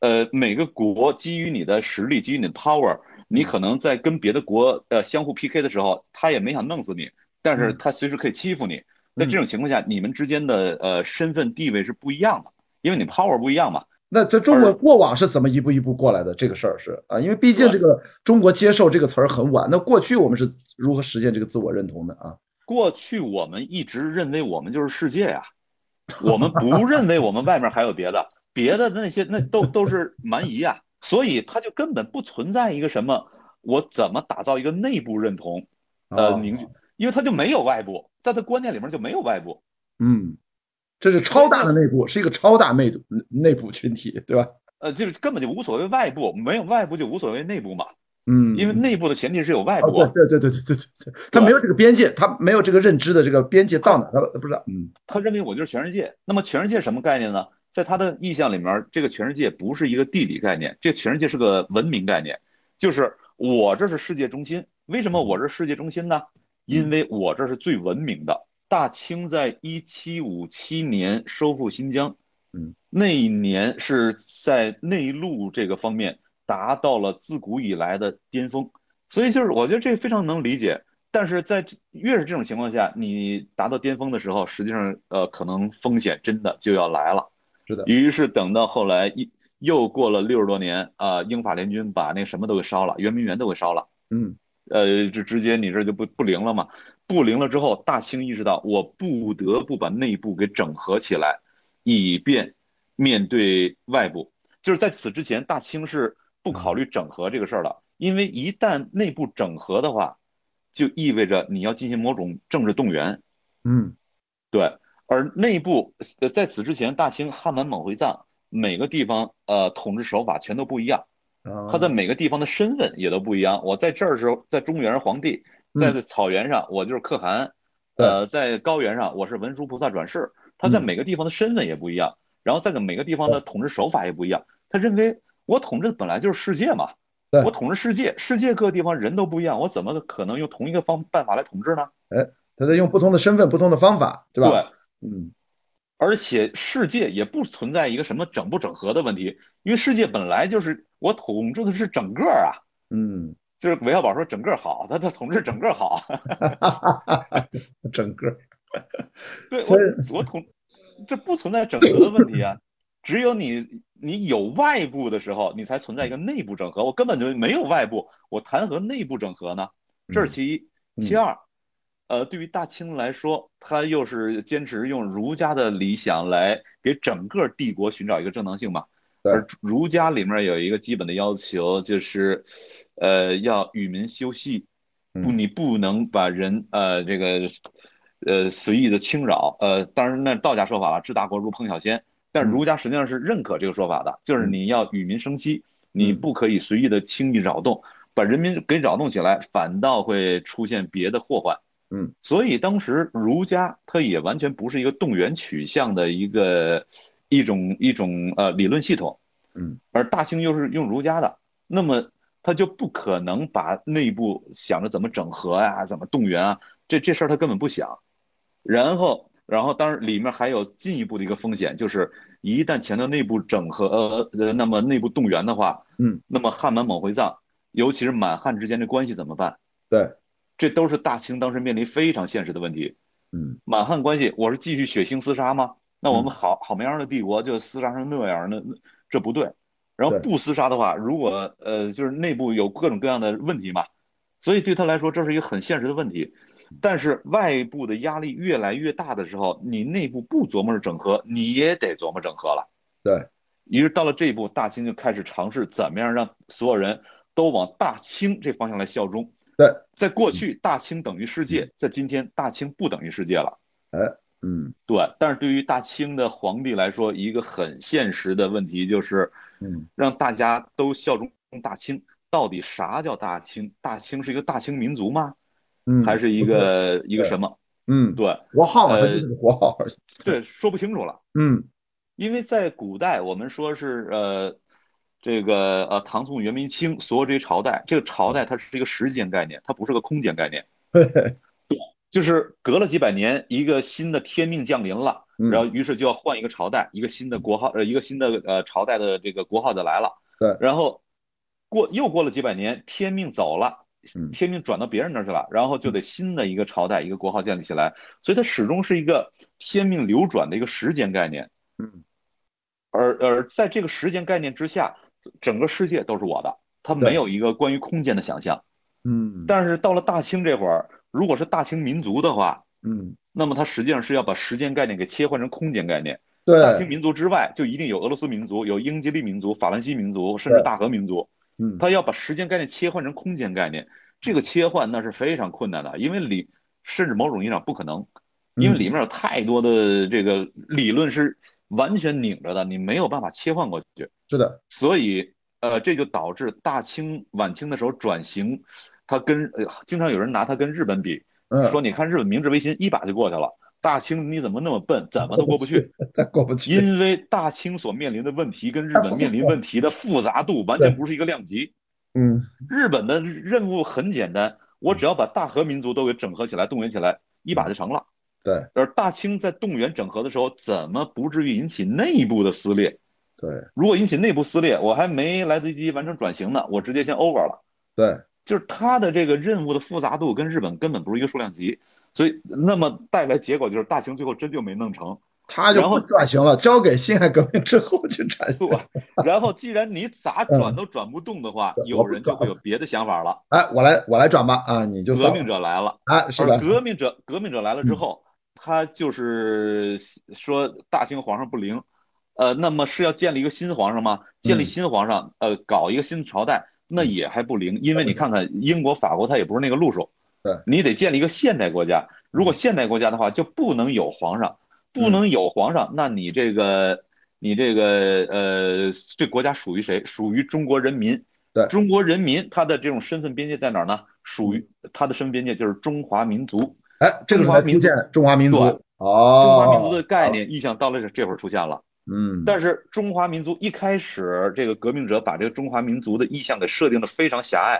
Speaker 2: 呃，每个国基于你的实力，基于你的 power，你可能在跟别的国呃相互 PK 的时候，他也没想弄死你，但是他随时可以欺负你。在这种情况下，你们之间的呃身份地位是不一样的，因为你 power 不一样嘛。
Speaker 1: 那在中国
Speaker 2: 而
Speaker 1: 过往是怎么一步一步过来的？这个事儿是啊，因为毕竟这个中国接受这个词儿很晚。那过去我们是如何实现这个自我认同的啊？
Speaker 2: 过去我们一直认为我们就是世界呀、我们不认为我们外面还有别的，别的那些那都都是蛮夷啊，所以它就根本不存在一个什么我怎么打造一个内部认同，呃
Speaker 1: 啊
Speaker 2: 凝聚，因为它就没有外部，在它观念里面就没有外部。
Speaker 1: 嗯，这是超大的内部，是一个超大内部内部群体，对吧？
Speaker 2: 呃，就是根本就无所谓外部，没有外部就无所谓内部嘛，
Speaker 1: 嗯，
Speaker 2: 因为内部的前提是有外
Speaker 1: 啊
Speaker 2: 部啊，
Speaker 1: 对对对对对对对，他没有这个边界，他没有这个认知的这个边界到哪，他不知道。嗯
Speaker 2: 他认为我就是全世界。那么全世界什么概念呢？在他的意象里面，这个全世界不是一个地理概念，这全世界是个文明概念，就是我这是世界中心。为什么我是世界中心呢？因为我这是最文明的。大清在一七五七年收复新疆，
Speaker 1: 嗯，
Speaker 2: 那一年是在内陆这个方面达到了自古以来的巅峰，所以就是我觉得这非常能理解。但是在这越是这种情况下，你达到巅峰的时候，实际上呃可能风险真的就要来了。
Speaker 1: 是的
Speaker 2: 于是等到后来一又过了六十多年啊、英法联军把那什么都给烧了，圆明园都给烧了，
Speaker 1: 嗯
Speaker 2: 呃，就直接你这就不不灵了嘛。不灵了之后，大清意识到我不得不把内部给整合起来，以便面对外部。就是在此之前，大清是不考虑整合这个事儿的，因为一旦内部整合的话，就意味着你要进行某种政治动员。
Speaker 1: 嗯
Speaker 2: 对，而内部呃，在此之前，大清汉满蒙回藏每个地方呃统治手法全都不一样，
Speaker 1: 啊，
Speaker 2: 他在每个地方的身份也都不一样。我在这儿时候，在中原是皇帝，在草原上我就是可汗，
Speaker 1: 嗯对
Speaker 2: 呃，在高原上我是文殊菩萨转世。他在
Speaker 1: 嗯
Speaker 2: 每个地方的身份也不一样，然后在每个地方的统治手法也不一样。他认为我统治的本来就是世界嘛
Speaker 1: 对，
Speaker 2: 我统治世界，世界各地方人都不一样，我怎么可能用同一个方办法来统治呢？
Speaker 1: 他在用不同的身份、不同的方法，对吧？
Speaker 2: 对，
Speaker 1: 嗯
Speaker 2: 而且世界也不存在一个什么整不整合的问题，因为世界本来就是我统治的是整个儿啊，
Speaker 1: 嗯，
Speaker 2: 就是韦小宝说整个儿好，他他统治整个儿好， <laughs>
Speaker 1: <laughs> 整个
Speaker 2: 对
Speaker 1: 所
Speaker 2: 我
Speaker 1: 以
Speaker 2: 我统这不存在整合的问题啊，只有你你有外部的时候，你才存在一个内部整合，我根本就没有外部，我谈何内部整合呢？这是其一，
Speaker 1: 嗯
Speaker 2: 其二，呃，对于大清来说，他又是坚持用儒家的理想来给整个帝国寻找一个正当性嘛。
Speaker 1: 对
Speaker 2: 而儒家里面有一个基本的要求，就是，呃，要与民休息，不，
Speaker 1: 嗯
Speaker 2: 你不能把人呃这个，呃随意的侵扰。呃，当然那道家说法了，治大国如烹小鲜。但
Speaker 1: 嗯
Speaker 2: 儒家实际上是认可这个说法的，就是
Speaker 1: 嗯
Speaker 2: 你要与民生息，你
Speaker 1: 嗯
Speaker 2: 不可以随意的轻易扰动。把人民给扰动起来，反倒会出现别的祸患。
Speaker 1: 嗯，
Speaker 2: 所以当时儒家它也完全不是一个动员取向的一个一种一种呃理论系统，
Speaker 1: 嗯，
Speaker 2: 而大兴又是用儒家的，那么他就不可能把内部想着怎么整合呀、怎么动员啊，这这事儿他根本不想。然后，然后当然里面还有进一步的一个风险，就是一旦前头内部整合呃呃，那么内部动员的话，
Speaker 1: 嗯，
Speaker 2: 那么汉满蒙回藏，尤其是满汉之间的关系怎么办？
Speaker 1: 对，
Speaker 2: 这都是大清当时面临非常现实的问题。
Speaker 1: 嗯
Speaker 2: 满汉关系，我是继续血腥厮杀吗？那我们好好没样的帝国就厮杀成那样儿，那那这不对。然后
Speaker 1: 对
Speaker 2: 不厮杀的话，如果呃就是内部有各种各样的问题嘛，所以对他来说这是一个很现实的问题。但是外部的压力越来越大的时候，你内部不琢磨着整合，你也得琢磨整合了。
Speaker 1: 对，
Speaker 2: 于是到了这一步，大清就开始尝试怎么样让所有人都往大清这方向来效忠。
Speaker 1: 对，
Speaker 2: 在过去，大清等于世界，在今天，大清不等于世界了。
Speaker 1: 嗯
Speaker 2: 对，但是对于大清的皇帝来说，一个很现实的问题就是
Speaker 1: 嗯
Speaker 2: 让大家都效忠大清。到底啥叫大清？大清是一个大清民族吗？
Speaker 1: 嗯，
Speaker 2: 还是一个一个
Speaker 1: 对
Speaker 2: 什么？
Speaker 1: 嗯
Speaker 2: 对
Speaker 1: 国号嘛，它
Speaker 2: 呃
Speaker 1: 就是国号，
Speaker 2: 对，说不清楚了。
Speaker 1: 嗯
Speaker 2: 因为在古代，我们说是呃，这个呃，唐宋元明清所有这些朝代，这个朝代它是一个时间概念，它不是个空间概念。就是隔了几百年，一个新的天命降临了，
Speaker 1: 嗯
Speaker 2: 然后于是就要换一个朝代，一个新的国号，呃，一个新的呃朝代的这个国号就来了。
Speaker 1: 对
Speaker 2: 然后过又过了几百年，天命走了
Speaker 1: 嗯，
Speaker 2: 天命转到别人那儿去了，然后就得新的一个朝代、一个国号建立起来，所以它始终是一个天命流转的一个时间概念。
Speaker 1: 嗯，
Speaker 2: 而而在这个时间概念之下，整个世界都是我的，它
Speaker 1: 对
Speaker 2: 没有一个关于空间的想象。
Speaker 1: 嗯，
Speaker 2: 但是到了大清这会儿，如果是大清民族的话，
Speaker 1: 嗯
Speaker 2: 那么它实际上是要把时间概念给切换成空间概念。大清
Speaker 1: 对，
Speaker 2: 民族之外，就一定有俄罗斯民族、有英吉利民族、法兰西民族，甚至
Speaker 1: 对
Speaker 2: 大和民族。
Speaker 1: 嗯
Speaker 2: 它要把时间概念切换成空间概念，这个切换那是非常困难的，因为里甚至某种意义上不可能，
Speaker 1: 嗯
Speaker 2: 因为里面有太多的这个理论是完全拧着的，你没有办法切换过去。
Speaker 1: 是的，
Speaker 2: 所以，呃，这就导致大清晚清的时候转型，它跟呃，经常有人拿它跟日本比，
Speaker 1: 嗯，
Speaker 2: 说你看日本明治维新一把就过去了，大清你怎么那么笨，怎么都过不去？
Speaker 1: 咱过不去，
Speaker 2: 因为大清所面临的问题跟日本面临问题的复杂度完全不是一个量级。
Speaker 1: 嗯
Speaker 2: 日本的任务很简单，我只要把大和民族都给整合起来、动员起来，一把就成了。
Speaker 1: 对
Speaker 2: 而大清在动员整合的时候，怎么不至于引起内部的撕裂？
Speaker 1: 对
Speaker 2: 如果引起内部撕裂，我还没来得及完成转型呢，我直接先 over 了。
Speaker 1: 对，
Speaker 2: 就是他的这个任务的复杂度跟日本根本不是一个数量级，所以那么带来结果就是大清最后真就没弄成。
Speaker 1: 他就
Speaker 2: 然
Speaker 1: 不
Speaker 2: 后
Speaker 1: 转型了，交给辛亥革命之后去转型。 <laughs>
Speaker 2: 对，然后既然你咋转都转不动的话，
Speaker 1: 嗯
Speaker 2: 有人就会有别的想法了。
Speaker 1: 哎，我来我来转吧啊，你就
Speaker 2: 革
Speaker 1: 放
Speaker 2: 命者来了，
Speaker 1: 哎，是
Speaker 2: 而
Speaker 1: 的，嗯
Speaker 2: 革命者革命者来了之后，他就是说大清皇上不灵，呃，那么是要建立一个新皇上吗？
Speaker 1: 嗯
Speaker 2: 建立新皇上，呃，搞一个新朝代，那也还不灵，因为你看看英国、法国，它也不是那个路数。
Speaker 1: 对嗯
Speaker 2: 你得建立一个现代国家。如果现代国家的话，就不能有皇上，不能有皇上，那你这个你这个呃，这国家属于谁？属于中国人民。
Speaker 1: 对嗯
Speaker 2: 中国人民他的这种身份边界在哪儿呢？属于他的身份边界就是中华民族。
Speaker 1: 哎，这个时候才出现中华民族
Speaker 2: 对，
Speaker 1: 哦，
Speaker 2: 中华民族的概，念意向到了这这会儿出现了。
Speaker 1: 嗯，
Speaker 2: 但是中华民族一开始，这个革命者把这个中华民族的意向给设定的非常狭隘，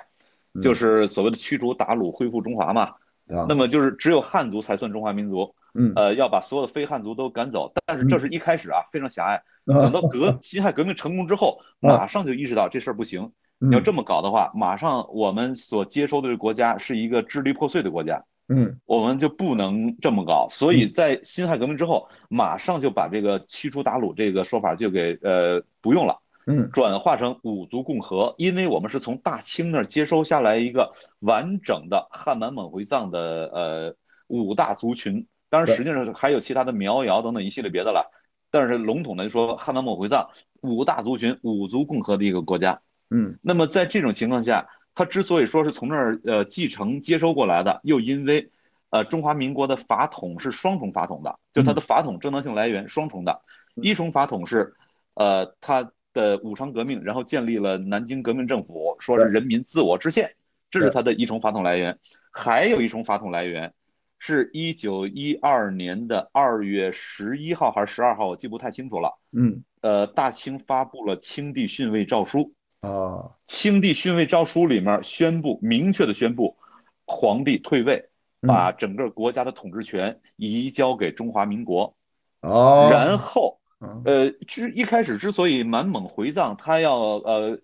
Speaker 1: 嗯
Speaker 2: 就是所谓的驱逐鞑虏，恢复中华嘛。
Speaker 1: 啊
Speaker 2: 那么就是只有汉族才算中华民族，
Speaker 1: 嗯，
Speaker 2: 呃，要把所有的非汉族都赶走。但是这是一开始啊，非常狭
Speaker 1: <laughs>
Speaker 2: 隘。等
Speaker 1: 啊
Speaker 2: 到革辛亥革命成功之后，
Speaker 1: 啊
Speaker 2: 马上就意识到这事儿不行。
Speaker 1: 嗯
Speaker 2: 你要这么搞的话，马上我们所接收的这个国家是一个支离破碎的国家。
Speaker 1: 嗯
Speaker 2: 我们就不能这么搞，所以在辛亥革命之后，马上就把这个驱除鞑虏这个说法就给呃不用了，
Speaker 1: 嗯
Speaker 2: 转化成五族共和，因为我们是从大清那儿接收下来一个完整的汉满蒙回藏的呃五大族群，当然
Speaker 1: 对
Speaker 2: 实际上还有其他的苗瑶等等一系列别的了，但是笼统的说汉满蒙回藏五大族群五族共和的一个国家，
Speaker 1: 嗯
Speaker 2: 那么在这种情况下，他之所以说是从那儿呃继承接收过来的，又因为呃中华民国的法统是双重法统的，就它的法统正当性来源双重的，一重法统是呃它。的武昌革命，然后建立了南京革命政府，说是人民自我制宪，这是它的一重法统来源。还有一重法统来源，是一九一二年的二月十一号还是十二号，我记不太清楚了。
Speaker 1: 嗯
Speaker 2: 呃，大清发布了清帝逊位诏书，
Speaker 1: 啊，
Speaker 2: 清帝逊位诏书里面宣布，明确的宣布，皇帝退位，
Speaker 1: 嗯
Speaker 2: 把整个国家的统治权移交给中华民国。
Speaker 1: 哦，
Speaker 2: 然后，
Speaker 1: 嗯
Speaker 2: 呃，之一开始之所以满蒙回藏，他要呃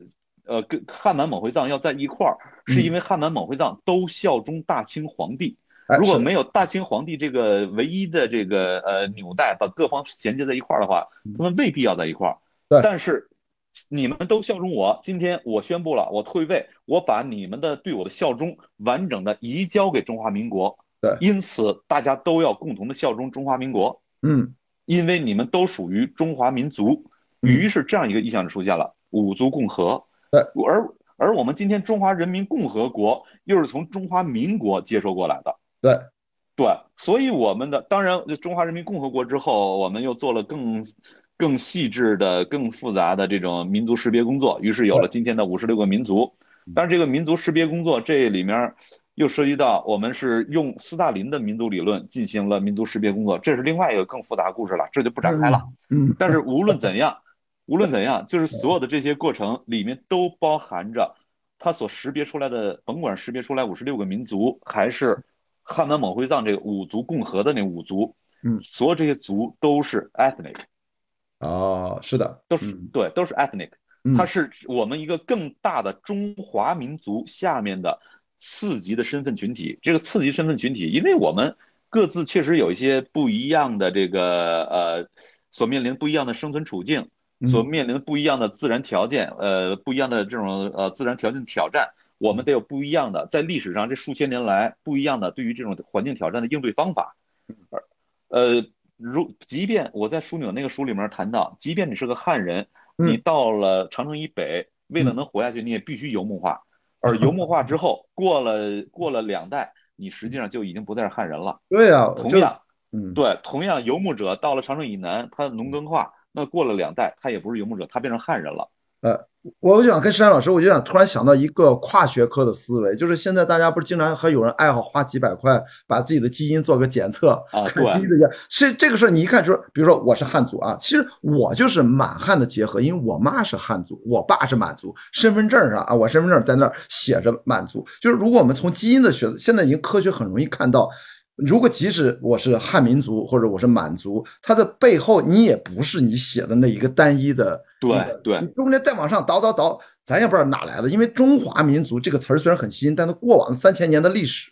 Speaker 2: 呃跟汉满蒙回藏要在一块儿，是
Speaker 1: 嗯
Speaker 2: 因为汉满蒙回藏都效忠大清皇帝。
Speaker 1: 哎
Speaker 2: 如果
Speaker 1: 是
Speaker 2: 没有大清皇帝这个唯一的这个呃纽带，把各方衔接在一块儿的话
Speaker 1: 嗯，
Speaker 2: 他们未必要在一块儿
Speaker 1: 对。
Speaker 2: 但是你们都效忠我，今天我宣布了，我退位，我把你们的对我的效忠完整的移交给中华民国。
Speaker 1: 对
Speaker 2: 因此大家都要共同的效忠中华民国，
Speaker 1: 嗯
Speaker 2: 因为你们都属于中华民族。
Speaker 1: 嗯
Speaker 2: 于是这样一个意象就出现了，五族共和。
Speaker 1: 对
Speaker 2: 而而我们今天中华人民共和国又是从中华民国接收过来的。
Speaker 1: 对，
Speaker 2: 对，所以我们的当然，就中华人民共和国之后，我们又做了更更细致的、更复杂的这种民族识别工作，于是有了今天的五十六个民族
Speaker 1: 嗯。
Speaker 2: 但是这个民族识别工作这里面儿又涉及到我们是用斯大林的民族理论进行了民族识别工作，这是另外一个更复杂的故事了，这就不展开了。
Speaker 1: 嗯
Speaker 2: 但是无论怎样，无论怎样，就是所有的这些过程里面都包含着它所识别出来的，甭管识别出来五十六个民族，还是汉满蒙回藏这个五族共和的那五族，
Speaker 1: 嗯
Speaker 2: 所有这些族都是 ethnic，
Speaker 1: 哦，是的，
Speaker 2: 都是
Speaker 1: 嗯
Speaker 2: 对，都是 ethnic，
Speaker 1: 嗯
Speaker 2: 它是我们一个更大的中华民族下面的次级的身份群体。这个次级身份群体，因为我们各自确实有一些不一样的这个呃，所面临不一样的生存处境，
Speaker 1: 嗯
Speaker 2: 所面临不一样的自然条件，呃，不一样的这种呃自然条件挑战，我
Speaker 1: 嗯
Speaker 2: 们得有不一样的，在历史上这数千年来不一样的对于这种环境挑战的应对方法。
Speaker 1: 嗯
Speaker 2: 而呃，如即便我在枢纽那个书里面谈到，即便你是个汉人，
Speaker 1: 嗯
Speaker 2: 你到了长城以北，为了能活下去，你也必须游牧化。而游牧化之后，过了过了两代，你实际上就已经不再是汉人了。
Speaker 1: 对呀，
Speaker 2: 同
Speaker 1: 就
Speaker 2: 样，
Speaker 1: 嗯
Speaker 2: 对，同样游牧者到了长城以南，他农耕化，那过了两代，他也不是游牧者，他变成汉人了。
Speaker 1: 我就想跟山老师，我就想突然想到一个跨学科的思维，就是现在大家不是经常还有人爱好花几百块把自己的基因做个检测，
Speaker 2: 啊
Speaker 1: 看
Speaker 2: 对
Speaker 1: 基因的样。是这个事儿，你一看就是，比如说我是汉族啊，其实我就是满汉的结合，因为我妈是汉族，我爸是满族，身份证上啊，我身份证在那儿写着满族。就是如果我们从基因的学，现在已经科学很容易看到。如果即使我是汉民族或者我是满族，它的背后你也不是你写的那一个单一的
Speaker 2: 对
Speaker 1: 一个
Speaker 2: 对
Speaker 1: 你中间再往上倒倒倒，咱也不知道哪来的，因为中华民族这个词儿虽然很新，但它过往三千年的历史，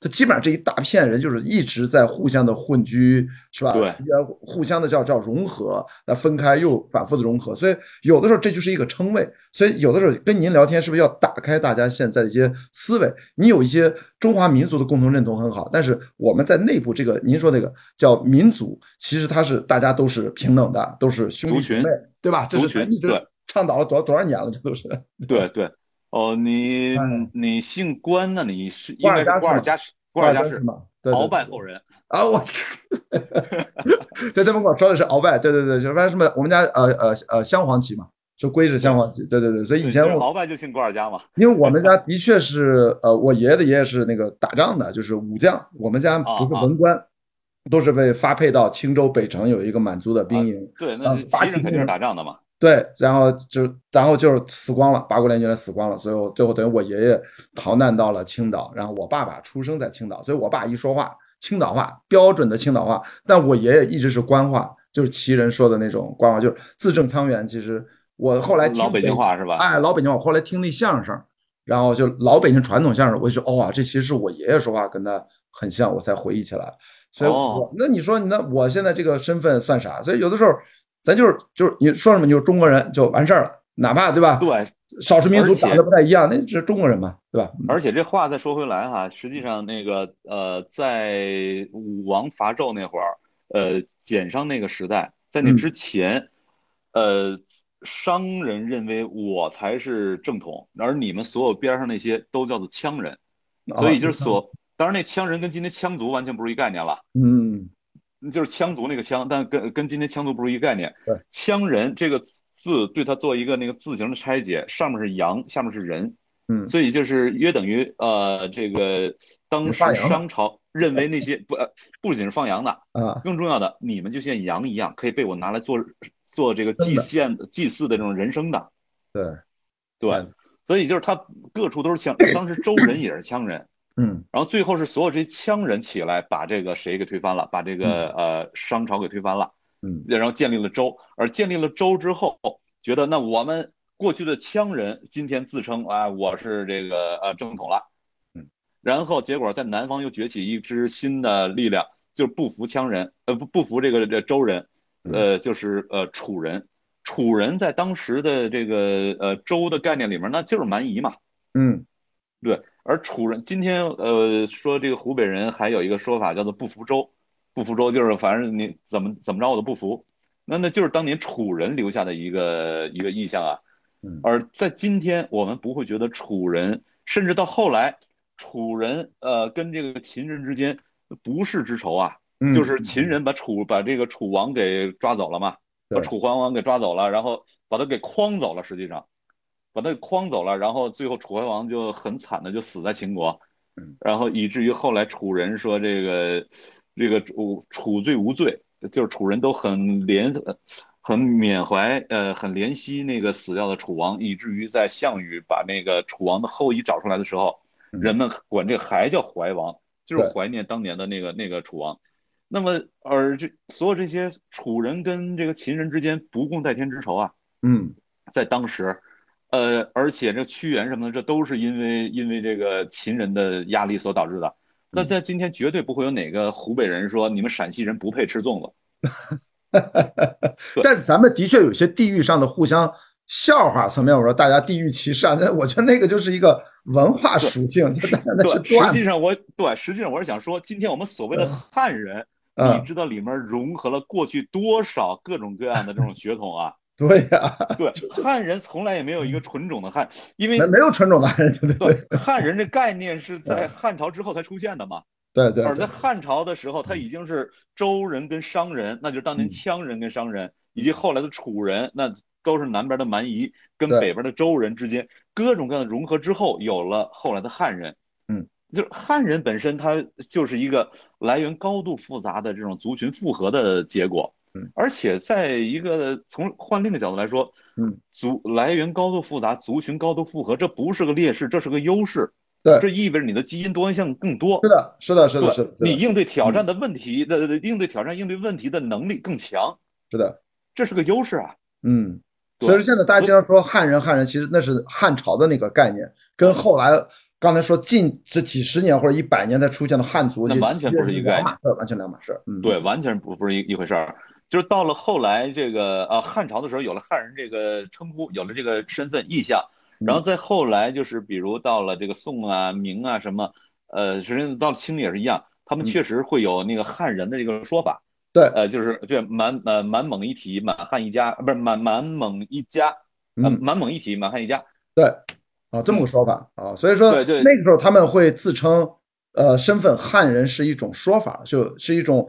Speaker 1: 它基本上这一大片人就是一直在互相的混居，是吧？
Speaker 2: 对
Speaker 1: 要互相的叫叫融合，那分开又反复的融合，所以有的时候这就是一个称谓。所以有的时候跟您聊天，是不是要打开大家现在的一些思维？你有一些中华民族的共同认同很好，但是我们在内部这个您说那个叫民族，其实它是大家都是平等的，都是兄弟
Speaker 2: 族
Speaker 1: 姐
Speaker 2: 群
Speaker 1: 妹，对吧？这
Speaker 2: 族
Speaker 1: 是咱
Speaker 2: 群
Speaker 1: 一直
Speaker 2: 对
Speaker 1: 倡导了多多少年了，这都是。
Speaker 2: 对对，哦，你
Speaker 1: 哎
Speaker 2: 你姓关呢？你是
Speaker 1: 瓜
Speaker 2: 应
Speaker 1: 尔
Speaker 2: 该
Speaker 1: 佳
Speaker 2: 是瓜
Speaker 1: 氏嘛
Speaker 2: 尔佳氏， <laughs> 瓜尔佳
Speaker 1: <laughs> 是
Speaker 2: 氏，
Speaker 1: 吗？对对
Speaker 2: 鳌
Speaker 1: 对
Speaker 2: 拜后人。
Speaker 1: 啊，我 <laughs> 对他们跟我说的是鳌拜，对对对，就是什么我们家呃呃呃镶黄旗嘛，说龟是镶黄旗，对对对，所以以前
Speaker 2: 嗯就是
Speaker 1: 我
Speaker 2: 鳌拜就姓瓜尔佳嘛。
Speaker 1: 因为我们家的确是呃我爷爷的爷爷是那个打仗的，就是武将，我们家不
Speaker 2: 啊
Speaker 1: 是文官，都是被发配到青州北城有一个满族的兵营，
Speaker 2: 对，
Speaker 1: 啊
Speaker 2: 那
Speaker 1: 八
Speaker 2: 西人
Speaker 1: 旗
Speaker 2: 肯定
Speaker 1: 人
Speaker 2: 是打仗的嘛。
Speaker 1: 对，然后就然后就是死光了，八国联军死光了，所以我最后等于我爷爷逃难到了青岛，然后我爸爸出生在青岛，所以我爸一说话青岛话，标准的青岛话，但我爷爷一直是官话，就是旗人说的那种官话，就是字正腔圆。其实我后来听
Speaker 2: 老北京，话是吧？
Speaker 1: 哎，老北京话，我后来听那相声，然后就老北京传统相声，我就觉得哦啊，这其实是我爷爷说话跟他很像，我才回忆起来。所以我，
Speaker 2: 哦
Speaker 1: 那你说，那我现在这个身份算啥？所以有的时候，咱就是就是你说什么，你就是中国人就完事儿了，哪怕对吧？
Speaker 2: 对，
Speaker 1: 少数民族
Speaker 2: 而且
Speaker 1: 长得不太一样，那只是中国人嘛，对吧？
Speaker 2: 而且这话再说回来哈，实际上那个呃，在武王伐纣那会儿，呃，简商那个时代，在那
Speaker 1: 嗯
Speaker 2: 之前，呃，商人认为我才是正统，而你们所有边上那些都叫做羌人，所以就是所，当然那羌人跟今天羌族完全不是一概念了。
Speaker 1: 嗯
Speaker 2: 就是羌族那个羌，但跟跟今天羌族不是一个概念
Speaker 1: 对。
Speaker 2: 羌人这个字对它做一个那个字形的拆解，上面是羊，下面是人，
Speaker 1: 嗯
Speaker 2: 所以就是约等于呃，这个当时
Speaker 1: 放羊的
Speaker 2: 商朝认为那些不呃不仅是放羊的，
Speaker 1: 啊，
Speaker 2: 更重要的，你们就像羊一样，可以被我拿来做做这个
Speaker 1: 真
Speaker 2: 祭
Speaker 1: 的
Speaker 2: 献的祭祀的这种人生的，
Speaker 1: 对，
Speaker 2: 对
Speaker 1: 嗯，
Speaker 2: 所以就是他各处都是
Speaker 1: <clears throat>
Speaker 2: 羌，当时周人也是羌人，
Speaker 1: 嗯
Speaker 2: 然后最后是所有这些羌人起来把这个谁给推翻了，把这个呃商朝给推翻了，
Speaker 1: 嗯
Speaker 2: 然后建立了周，而建立了周之后，觉得那我们过去的羌人今天自称啊我是这个呃正统了
Speaker 1: 嗯，
Speaker 2: 然后结果在南方又崛起一支新的力量，就是不服羌人，呃不不服这个这周人，
Speaker 1: 嗯
Speaker 2: 呃就是呃楚人，楚人在当时的这个呃周的概念里面，那就是蛮夷嘛。
Speaker 1: 嗯
Speaker 2: 对，而楚人今天呃说这个湖北人还有一个说法叫做不服周，不服周就是反正你怎么怎么着我都不服，那那就是当年楚人留下的一个一个意象啊。
Speaker 1: 嗯
Speaker 2: 而在今天，我们不会觉得楚人，甚至到后来，楚人呃跟这个秦人之间不世之仇啊，
Speaker 1: 嗯，
Speaker 2: 就是秦人把楚把这个楚王给抓走了嘛，把
Speaker 1: 对
Speaker 2: 楚桓王给抓走了，然后把他给诓走了，实际上把他给诓走了，然后最后楚怀王就很惨的就死在秦国
Speaker 1: 嗯，
Speaker 2: 然后以至于后来楚人说这个这个楚楚罪无罪，就是楚人都很怜很缅怀呃很怜惜那个死掉的楚王，以至于在项羽把那个楚王的后裔找出来的时候，
Speaker 1: 嗯
Speaker 2: 人们管这个还叫怀王，就是
Speaker 1: 对
Speaker 2: 怀念当年的那个那个楚王。那么，而这所有这些楚人跟这个秦人之间不共戴天之仇啊，
Speaker 1: 嗯
Speaker 2: 在当时，呃，而且这屈原什么的，这都是因为因为这个秦人的压力所导致的。
Speaker 1: 嗯
Speaker 2: 那在今天，绝对不会有哪个湖北人说你们陕西人不配吃粽子。
Speaker 1: 但是咱们的确有些地域上的互相笑话层面，我说大家地域歧视啊，那 <laughs> 我觉得那个就是一个文化属性，就大嗯家那是
Speaker 2: 对，实
Speaker 1: 段
Speaker 2: 际
Speaker 1: 子
Speaker 2: 上我对，实际上我是想说，今天我们所谓的汉人，你
Speaker 1: 啊，
Speaker 2: 知道里面融合了过去多少各种各样的这种血统
Speaker 1: <laughs>
Speaker 2: 啊？
Speaker 1: 对呀，
Speaker 2: 对，汉人从来也没有一个纯种的汉，因为
Speaker 1: 没没有纯种的汉人，对对对
Speaker 2: 对汉人这概念是在汉朝之后才出现的嘛，
Speaker 1: 对对
Speaker 2: 而
Speaker 1: 对，
Speaker 2: 在汉朝的时候，它已经是周人跟商人，那就是当
Speaker 1: 嗯
Speaker 2: 年羌人跟商人，以及后来的楚人，那都是南边的蛮夷跟
Speaker 1: 对
Speaker 2: 北边的周人之间各种各样的融合之后，有了后来的汉人。
Speaker 1: 嗯，
Speaker 2: 就是汉人本身，它就是一个来源高度复杂的这种族群复合的结果。
Speaker 1: 嗯，
Speaker 2: 而且在一个从换另一个角度来说，
Speaker 1: 嗯，
Speaker 2: 族来源高度复杂，族群高度复合，这不是个劣势，这是个优势。
Speaker 1: 对
Speaker 2: 这意味着你的基因多样性更多。
Speaker 1: 是的，是的，是
Speaker 2: 对，
Speaker 1: 的，是的，
Speaker 2: 你
Speaker 1: 是的
Speaker 2: 应对挑战的问题的、呃应对挑战、应对问题的能力更强，
Speaker 1: 是的，
Speaker 2: 这是个优势啊。
Speaker 1: 嗯。
Speaker 2: 对
Speaker 1: 所以说现在大家经常说汉人，汉人其实那是汉朝的那个概念，跟后来刚才说近这几十年或者一百年才出现的汉族，
Speaker 2: 那
Speaker 1: 也
Speaker 2: 完全不是一个概
Speaker 1: 两
Speaker 2: 念
Speaker 1: 码事儿，完全两码事儿。嗯，
Speaker 2: 对，完全不不是一一回事儿。就是到了后来这个呃汉朝的时候，有了汉人这个称呼，有了这个身份意象，
Speaker 1: 嗯
Speaker 2: 然后再后来就是比如到了这个宋啊、明啊什么，呃，实际上到了清也是一样，他
Speaker 1: 嗯
Speaker 2: 们确实会有那个汉人的这个说法，
Speaker 1: 对，
Speaker 2: 呃，就是对满呃满蒙一体、满汉一家，呃不是满满蒙一家，呃
Speaker 1: 嗯，
Speaker 2: 满蒙一体、满汉一家，
Speaker 1: 对，啊，这么个说法啊，所以说
Speaker 2: 嗯对对
Speaker 1: 那个时候他们会自称，呃，身份汉人是一种说法，就是一种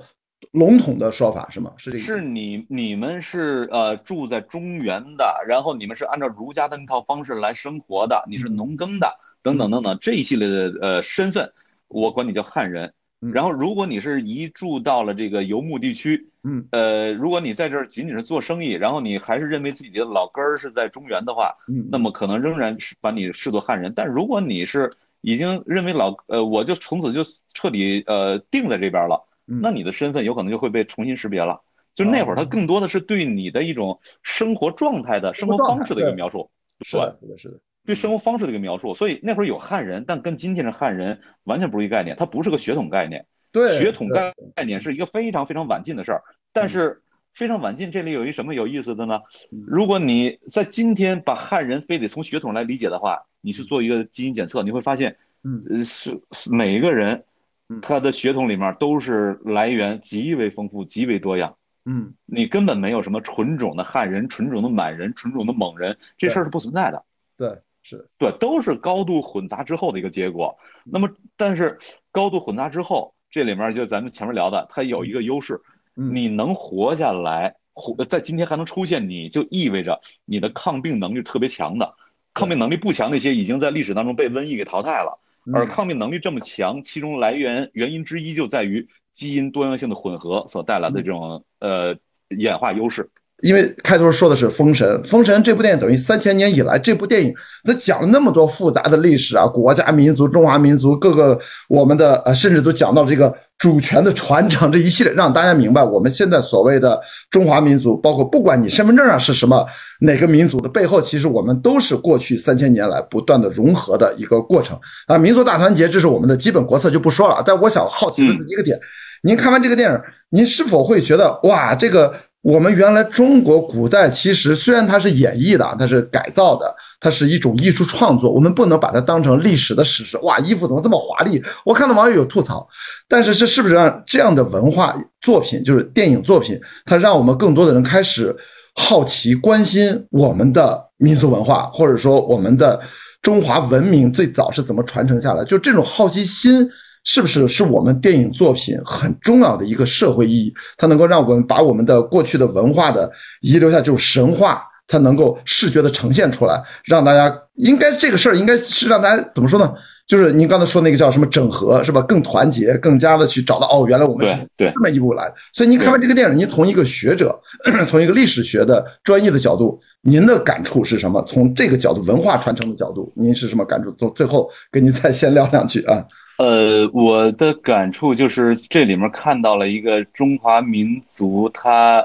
Speaker 1: 笼统的说法，是吗？是这个意思
Speaker 2: 是你你们是呃住在中原的，然后你们是按照儒家的那套方式来生活的，你是
Speaker 1: 嗯
Speaker 2: 农耕的，等等等等这一系列的呃身份，我管你叫汉人
Speaker 1: 嗯。
Speaker 2: 然后如果你是移住到了这个游牧地区，
Speaker 1: 嗯
Speaker 2: 呃，如果你在这儿仅仅是做生意，然后你还是认为自己的老根儿是在中原的话，
Speaker 1: 嗯，
Speaker 2: 那么可能仍然是把你视作汉人。但如果你是已经认为老呃，我就从此就彻底呃定在这边了，
Speaker 1: 嗯
Speaker 2: 那你的身份有可能就会被重新识别了。就那会儿，它
Speaker 1: 哦
Speaker 2: 更多的是对你的一种生活状态嗯的生活方式的一个描述，
Speaker 1: 是的，是的，是的，
Speaker 2: 对生活方式的一个描述。所以那会儿有汉人，但跟今天的汉人完全不是一个概念，它不是个血统概念。
Speaker 1: 对，
Speaker 2: 血统
Speaker 1: 对
Speaker 2: 概概念是一个非常非常晚近的事儿，但是非常晚近这里有一什么有意思的呢
Speaker 1: 嗯？
Speaker 2: 如果你在今天把汉人非得从血统来理解的话，你去做一个基因检测，你会发现，
Speaker 1: 嗯
Speaker 2: 呃，是是每一个人
Speaker 1: 嗯
Speaker 2: 他的血统里面都是来源极为丰富、极为多样。
Speaker 1: 嗯，
Speaker 2: 你根本没有什么纯种的汉人、纯种的满人、纯种的蒙人，这事儿是不存在的。
Speaker 1: 对，是的，
Speaker 2: 对，都是高度混杂之后的一个结果。那么，但是高度混杂之后，这里面就咱们前面聊的，它有一个优势，
Speaker 1: 嗯
Speaker 2: 你能活下来，活在今天还能出现你，就意味着你的抗病能力特别强的。抗病能力不强那些，已经在历史当中被瘟疫给淘汰
Speaker 1: 嗯
Speaker 2: 了。而抗病能力这么强，其中来源原因之一就在于基因多样性的混合所带来
Speaker 1: 嗯
Speaker 2: 的这种呃演化优势。
Speaker 1: 因为开头说的是《封神》，《封神》这部电影等于三千年以来，这部电影它讲了那么多复杂的历史啊，国家、民族、中华民族各个我们的呃，甚至都讲到这个主权的传承这一系列，让大家明白我们现在所谓的中华民族，包括不管你身份证上是什么哪个民族的背后，其实我们都是过去三千年来不断的融合的一个过程啊。民族大团结，这是我们的基本国策，就不说了。但我想好奇的一个点，您看完这个电影，您是否会觉得哇，这个？我们原来中国古代其实虽然它是演绎的，它是改造的，它是一种艺术创作，我们不能把它当成历史的史实。哇，衣服怎么这么华丽？我看到网友有吐槽，但是这是不是让这样的文化作品，就是电影作品，它让我们更多的人开始好奇、关心我们的民族文化，或者说我们的中华文明最早是怎么传承下来？就这种好奇心。是不是是我们电影作品很重要的一个社会意义？它能够让我们把我们的过去的文化的遗留下这种神话，它能够视觉的呈现出来，让大家应该这个事儿应该是让大家怎么说呢？就是您刚才说那个叫什么整合是吧？更团结，更加的去找到哦，原来我们是
Speaker 2: 对
Speaker 1: 这么一步来。所以您看完这个电影，您从一个学者， <clears throat> 从一个历史学的专业的角度，您的感触是什么？从这个角度，文化传承的角度，您是什么感触？从最后跟您再闲聊两句啊。 <laughs>
Speaker 2: 呃，我的感触就是这里面看到了一个中华民族，它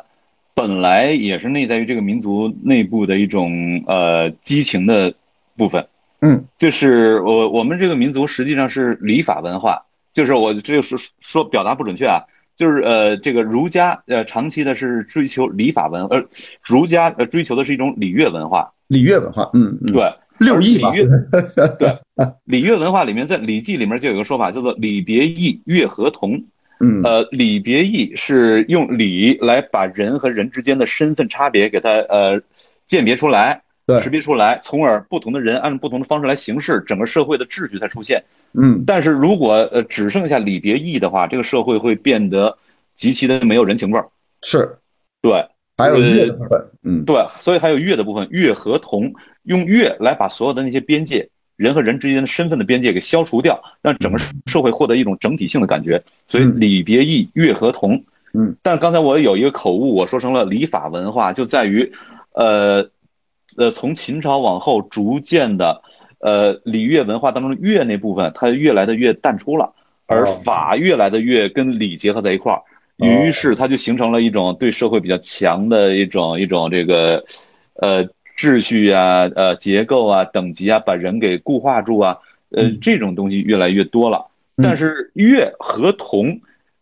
Speaker 2: 本来也是内在于这个民族内部的一种呃激情的部分。
Speaker 1: 嗯，
Speaker 2: 就是我我们这个民族实际上是礼法文化，就是我这个说说表达不准确啊，就是呃这个儒家呃长期的是追求礼法文，呃儒家呃追求的是一种礼乐文化，
Speaker 1: 礼乐文化，嗯，嗯
Speaker 2: 对。
Speaker 1: 六艺嘛，
Speaker 2: 礼乐对，礼乐文化里面，在《礼记》里面就有个说法叫做“礼别义，乐合同”。
Speaker 1: <laughs> 嗯，
Speaker 2: 呃，礼别义是用礼来把人和人之间的身份差别给它呃鉴别出来
Speaker 1: 对、
Speaker 2: 识别出来，从而不同的人按不同的方式来行事，整个社会的秩序才出现。
Speaker 1: 嗯，
Speaker 2: 但是如果呃只剩下礼别义的话，这个社会会变得极其的没有人情味儿。
Speaker 1: 是，
Speaker 2: 对，
Speaker 1: 还有乐的部分，嗯，
Speaker 2: 对，所以还有乐的部分，乐和同用乐来把所有的那些边界，人和人之间的身份的边界给消除掉，让整个
Speaker 1: 嗯
Speaker 2: 社会获得一种整体性的感觉。所以礼别义，乐和同。
Speaker 1: 嗯，
Speaker 2: 但是刚才我有一个口误，我说成了礼法文化，就在于，呃，呃，从秦朝往后逐渐的，呃，礼乐文化当中的乐那部分，它越来的越淡出了，而
Speaker 1: 哦
Speaker 2: 法越来的越跟礼结合在一块儿。
Speaker 1: 哦
Speaker 2: 于是它就形成了一种对社会比较强的一种一种这个，呃，秩序啊、呃结构啊、等级啊，把人给固化住啊，呃
Speaker 1: 嗯，
Speaker 2: 这种东西越来越多了。
Speaker 1: 嗯
Speaker 2: 但是乐和同，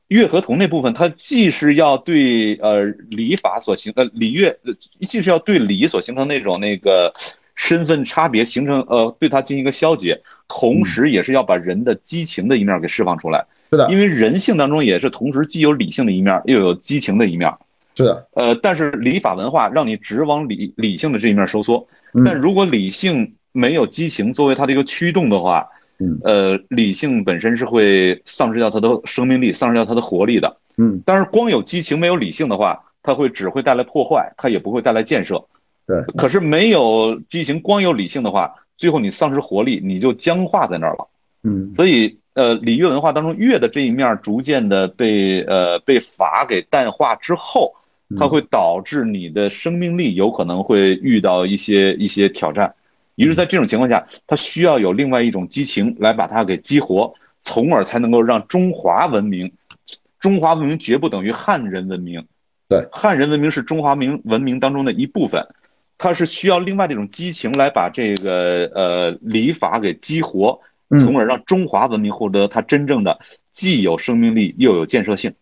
Speaker 2: 乐和同那部分，它既是要对呃礼法所形呃礼乐，呃既是要对礼所形成那种那个身份差别形成呃对它进行一个消解，同
Speaker 1: 嗯
Speaker 2: 时也是要把人的激情的一面给释放出来。
Speaker 1: 是的，
Speaker 2: 因为人性当中也是同时既有理性的一面，又有激情的一面。
Speaker 1: 是的，
Speaker 2: 呃，但是礼法文化让你只往理理性的这一面收缩
Speaker 1: 嗯，
Speaker 2: 但如果理性没有激情作为它的一个驱动的话
Speaker 1: 嗯，
Speaker 2: 呃，理性本身是会丧失掉它的生命力，丧失掉它的活力的。
Speaker 1: 嗯，
Speaker 2: 但是光有激情没有理性的话，它会只会带来破坏，它也不会带来建设。
Speaker 1: 对，
Speaker 2: 可是没有激情，光有理性的话，最后你丧失活力，你就僵化在那儿了。
Speaker 1: 嗯，
Speaker 2: 所以呃，礼乐文化当中乐的这一面逐渐的被呃被法给淡化之后，它会导致你的生命力有可能会遇到一些一些挑战。于是，在这种情况下，它需要有另外一种激情来把它给激活，从而才能够让中华文明。中华文明绝不等于汉人文明，
Speaker 1: 对，
Speaker 2: 汉人文明是中华民文明当中的一部分，它是需要另外这种激情来把这个呃礼法给激活，
Speaker 1: 嗯
Speaker 2: 从而让中华文明获得它真正的既有生命力又有建设性。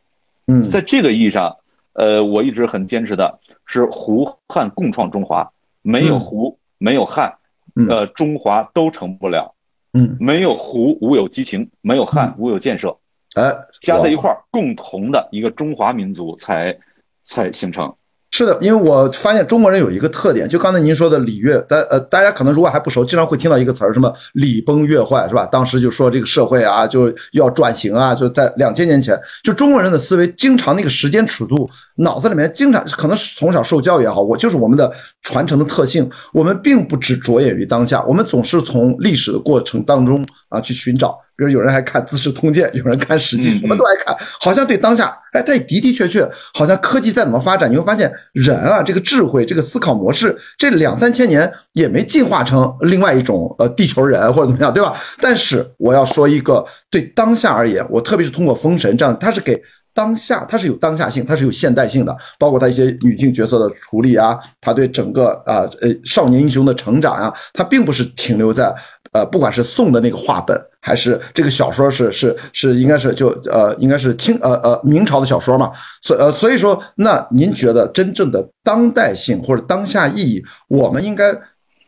Speaker 1: 嗯，
Speaker 2: 在这个意义上，呃，我一直很坚持的是胡汉共创中华，没有
Speaker 1: 嗯
Speaker 2: 胡，没有汉，
Speaker 1: 嗯
Speaker 2: 呃，中华都成不了。
Speaker 1: 嗯，
Speaker 2: 没有胡，无有激情；没有汉，无有建设。
Speaker 1: 哎，
Speaker 2: 加在一
Speaker 1: 哇
Speaker 2: 块儿，共同的一个中华民族才才形成。
Speaker 1: 是的，因为我发现中国人有一个特点，就刚才您说的礼乐，大呃，大家可能如果还不熟，经常会听到一个词儿，什么礼崩乐坏，是吧？当时就说这个社会啊，就要转型啊，就在两千年前，就中国人的思维经常那个时间尺度，脑子里面经常可能是从小受教也好，我就是我们的传承的特性，我们并不只着眼于当下，我们总是从历史的过程当中啊去寻找。比如有人还看《资治通鉴》，有人看《史记》，什么都爱看，好像对当下，哎，但的的确确，好像科技再怎么发展，你会发现人啊，这个智慧、这个思考模式，这两三千年也没进化成另外一种呃地球人或者怎么样，对吧？但是我要说一个对当下而言，我特别是通过《封神》这样，它是给。当下它是有当下性，它是有现代性的，包括它一些女性角色的处理啊，它对整个啊呃少年英雄的成长啊，它并不是停留在呃不管是宋的那个话本，还是这个小说是是是应该是就呃应该是清呃呃明朝的小说嘛，所呃所以说，那您觉得真正的当代性或者当下意义，我们应该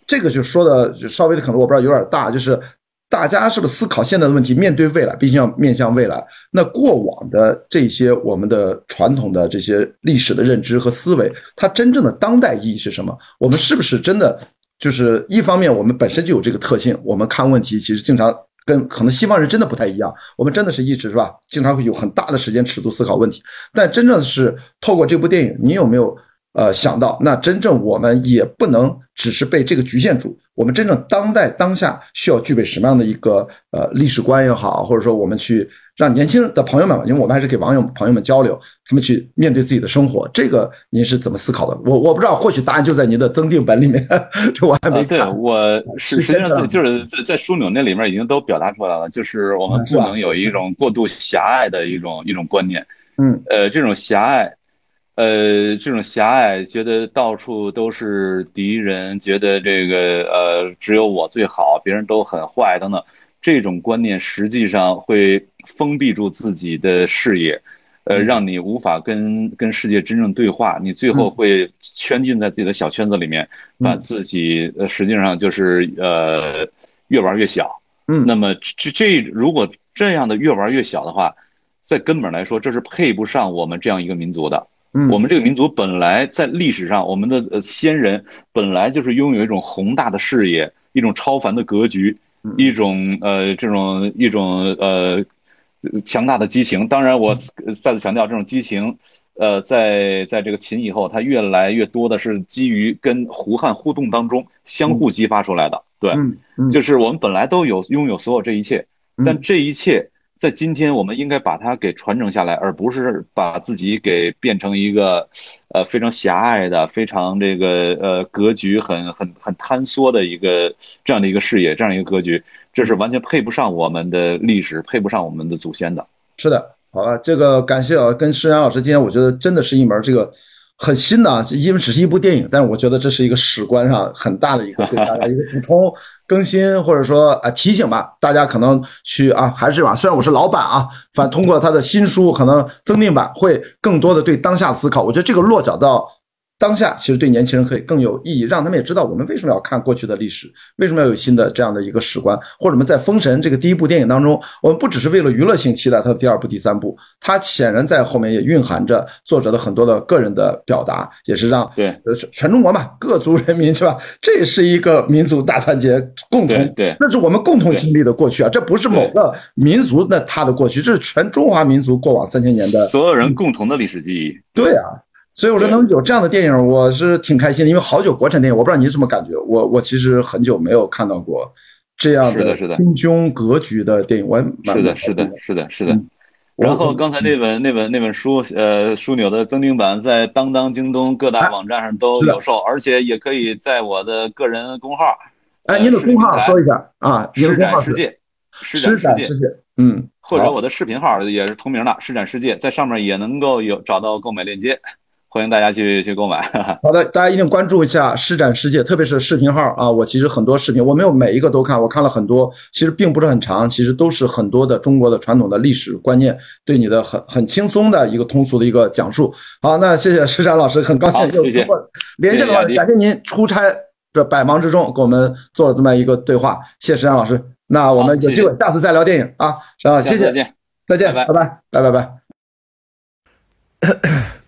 Speaker 1: 这个就说的就稍微的可能我不知道有点大，就是。大家是不是思考现在的问题，面对未来，毕竟要面向未来？那过往的这些我们的传统的这些历史的认知和思维，它真正的当代意义是什么？我们是不是真的就是一方面，我们本身就有这个特性，我们看问题其实经常跟可能西方人真的不太一样，我们真的是一直是吧，经常会有很大的时间尺度思考问题。但真正是透过这部电影，你有没有？呃，想到那真正我们也不能只是被这个局限住，我们真正当代当下需要具备什么样的一个呃历史观也好，或者说我们去让年轻的朋友们，因为我们还是给网友朋友们交流，他们去面对自己的生活，这个您是怎么思考的？我我不知道，或许答案就在您的增订本里面， <laughs> 这我还没看。
Speaker 2: 啊、对我实实际上
Speaker 1: 啊
Speaker 2: 自己就是在在枢纽那里面已经都表达出来了，就是我
Speaker 1: 啊
Speaker 2: 们不能有一种过度狭隘的一种一种观念，
Speaker 1: 嗯，
Speaker 2: 呃，这种狭隘。呃，这种狭隘，觉得到处都是敌人，觉得这个呃，只有我最好，别人都很坏等等，这种观念实际上会封闭住自己的视野，呃，
Speaker 1: 嗯
Speaker 2: 让你无法跟跟世界真正对话，你最
Speaker 1: 嗯
Speaker 2: 后会圈进在自己的小圈子里面，把自己呃实际上就是呃越玩越小。
Speaker 1: 嗯，
Speaker 2: 那么这这如果这样的越玩越小的话，在根本来说，这是配不上我们这样一个民族的。
Speaker 1: 嗯
Speaker 2: 我们这个民族本来在历史上，我们的呃先人本来就是拥有一种宏大的视野，一种超凡的格局，一种呃这种一种呃强大的激情。当然，我再次强调，这种激情，呃，在在这个秦以后，它越来越多的是基于跟胡汉互动当中相互激发出来的。
Speaker 1: 嗯
Speaker 2: 对，就是我们本来都有拥有所有这一切，但这一切。在今天，我们应该把它给传承下来，而不是把自己给变成一个，呃，非常狭隘的、非常这个呃格局很很很坍缩的一个这样的一个视野、这样一个格局，这是完全配不上我们的历史，配不上我们的祖先的。
Speaker 1: 是的，好吧，这个感谢啊，跟施然老师，今天我觉得真的是一门这个很新的，啊，因为只是一部电影，但是我觉得这是一个史观上很大的一个对大家一个补充。更新或者说啊、呃、提醒吧，大家可能去啊，还是这吧。虽然我是老板啊，反通过他的新书，可能增订版会更多的对当下思考。我觉得这个落脚到当下，其实对年轻人可以更有意义，让他们也知道我们为什么要看过去的历史，为什么要有新的这样的一个史观。或者我们在《封神》这个第一部电影当中，我们不只是为了娱乐性期待它的第二部、第三部，它显然在后面也蕴含着作者的很多的个人的表达，也是让
Speaker 2: 对
Speaker 1: 呃全中国嘛各族人民是吧？这是一个民族大团结共同。
Speaker 2: 对对，
Speaker 1: 那是我们共同经历的过去啊，这不是某个民族那他的过去，这是全中华民族过往三千年的
Speaker 2: 所有人共同的历史记忆。
Speaker 1: 对啊，所以我说能有这样的电影，我是挺开心的，因为好久国产电影，我不知道您什么感觉，我我其实很久没有看到过这样
Speaker 2: 的
Speaker 1: 英雄格局的电影，我
Speaker 2: 是的，是的，是的，是的。然后刚才那本那本那本书，呃，枢纽的增订版在当当、京东各大网站上都有售，而且也可以在我的个人公号。
Speaker 1: 哎，您的公号说一下啊，
Speaker 2: 施展
Speaker 1: 世
Speaker 2: 界，施展
Speaker 1: 世界，嗯，
Speaker 2: 或者我的视频号也是同名的，施展世界，在上面也能够有找到购买链接，欢迎大家去去购买。
Speaker 1: 好的，大家一定关注一下施展世界，特别是视频号啊，我其实很多视频我没有每一个都看，我看了很多，其实并不是很长，其实都是很多的中国的传统的历史观念对你的很很轻松的一个通俗的一个讲述。好，那谢谢施展老师，很高兴又
Speaker 2: 通过
Speaker 1: 连线的话，感谢您出差。这百忙之中给我们做了这么一个对话，谢谢石阳老师。那我们有机会下次再聊电影啊，石阳老师，谢谢，
Speaker 2: 再见，
Speaker 1: 再见，拜拜，拜拜拜。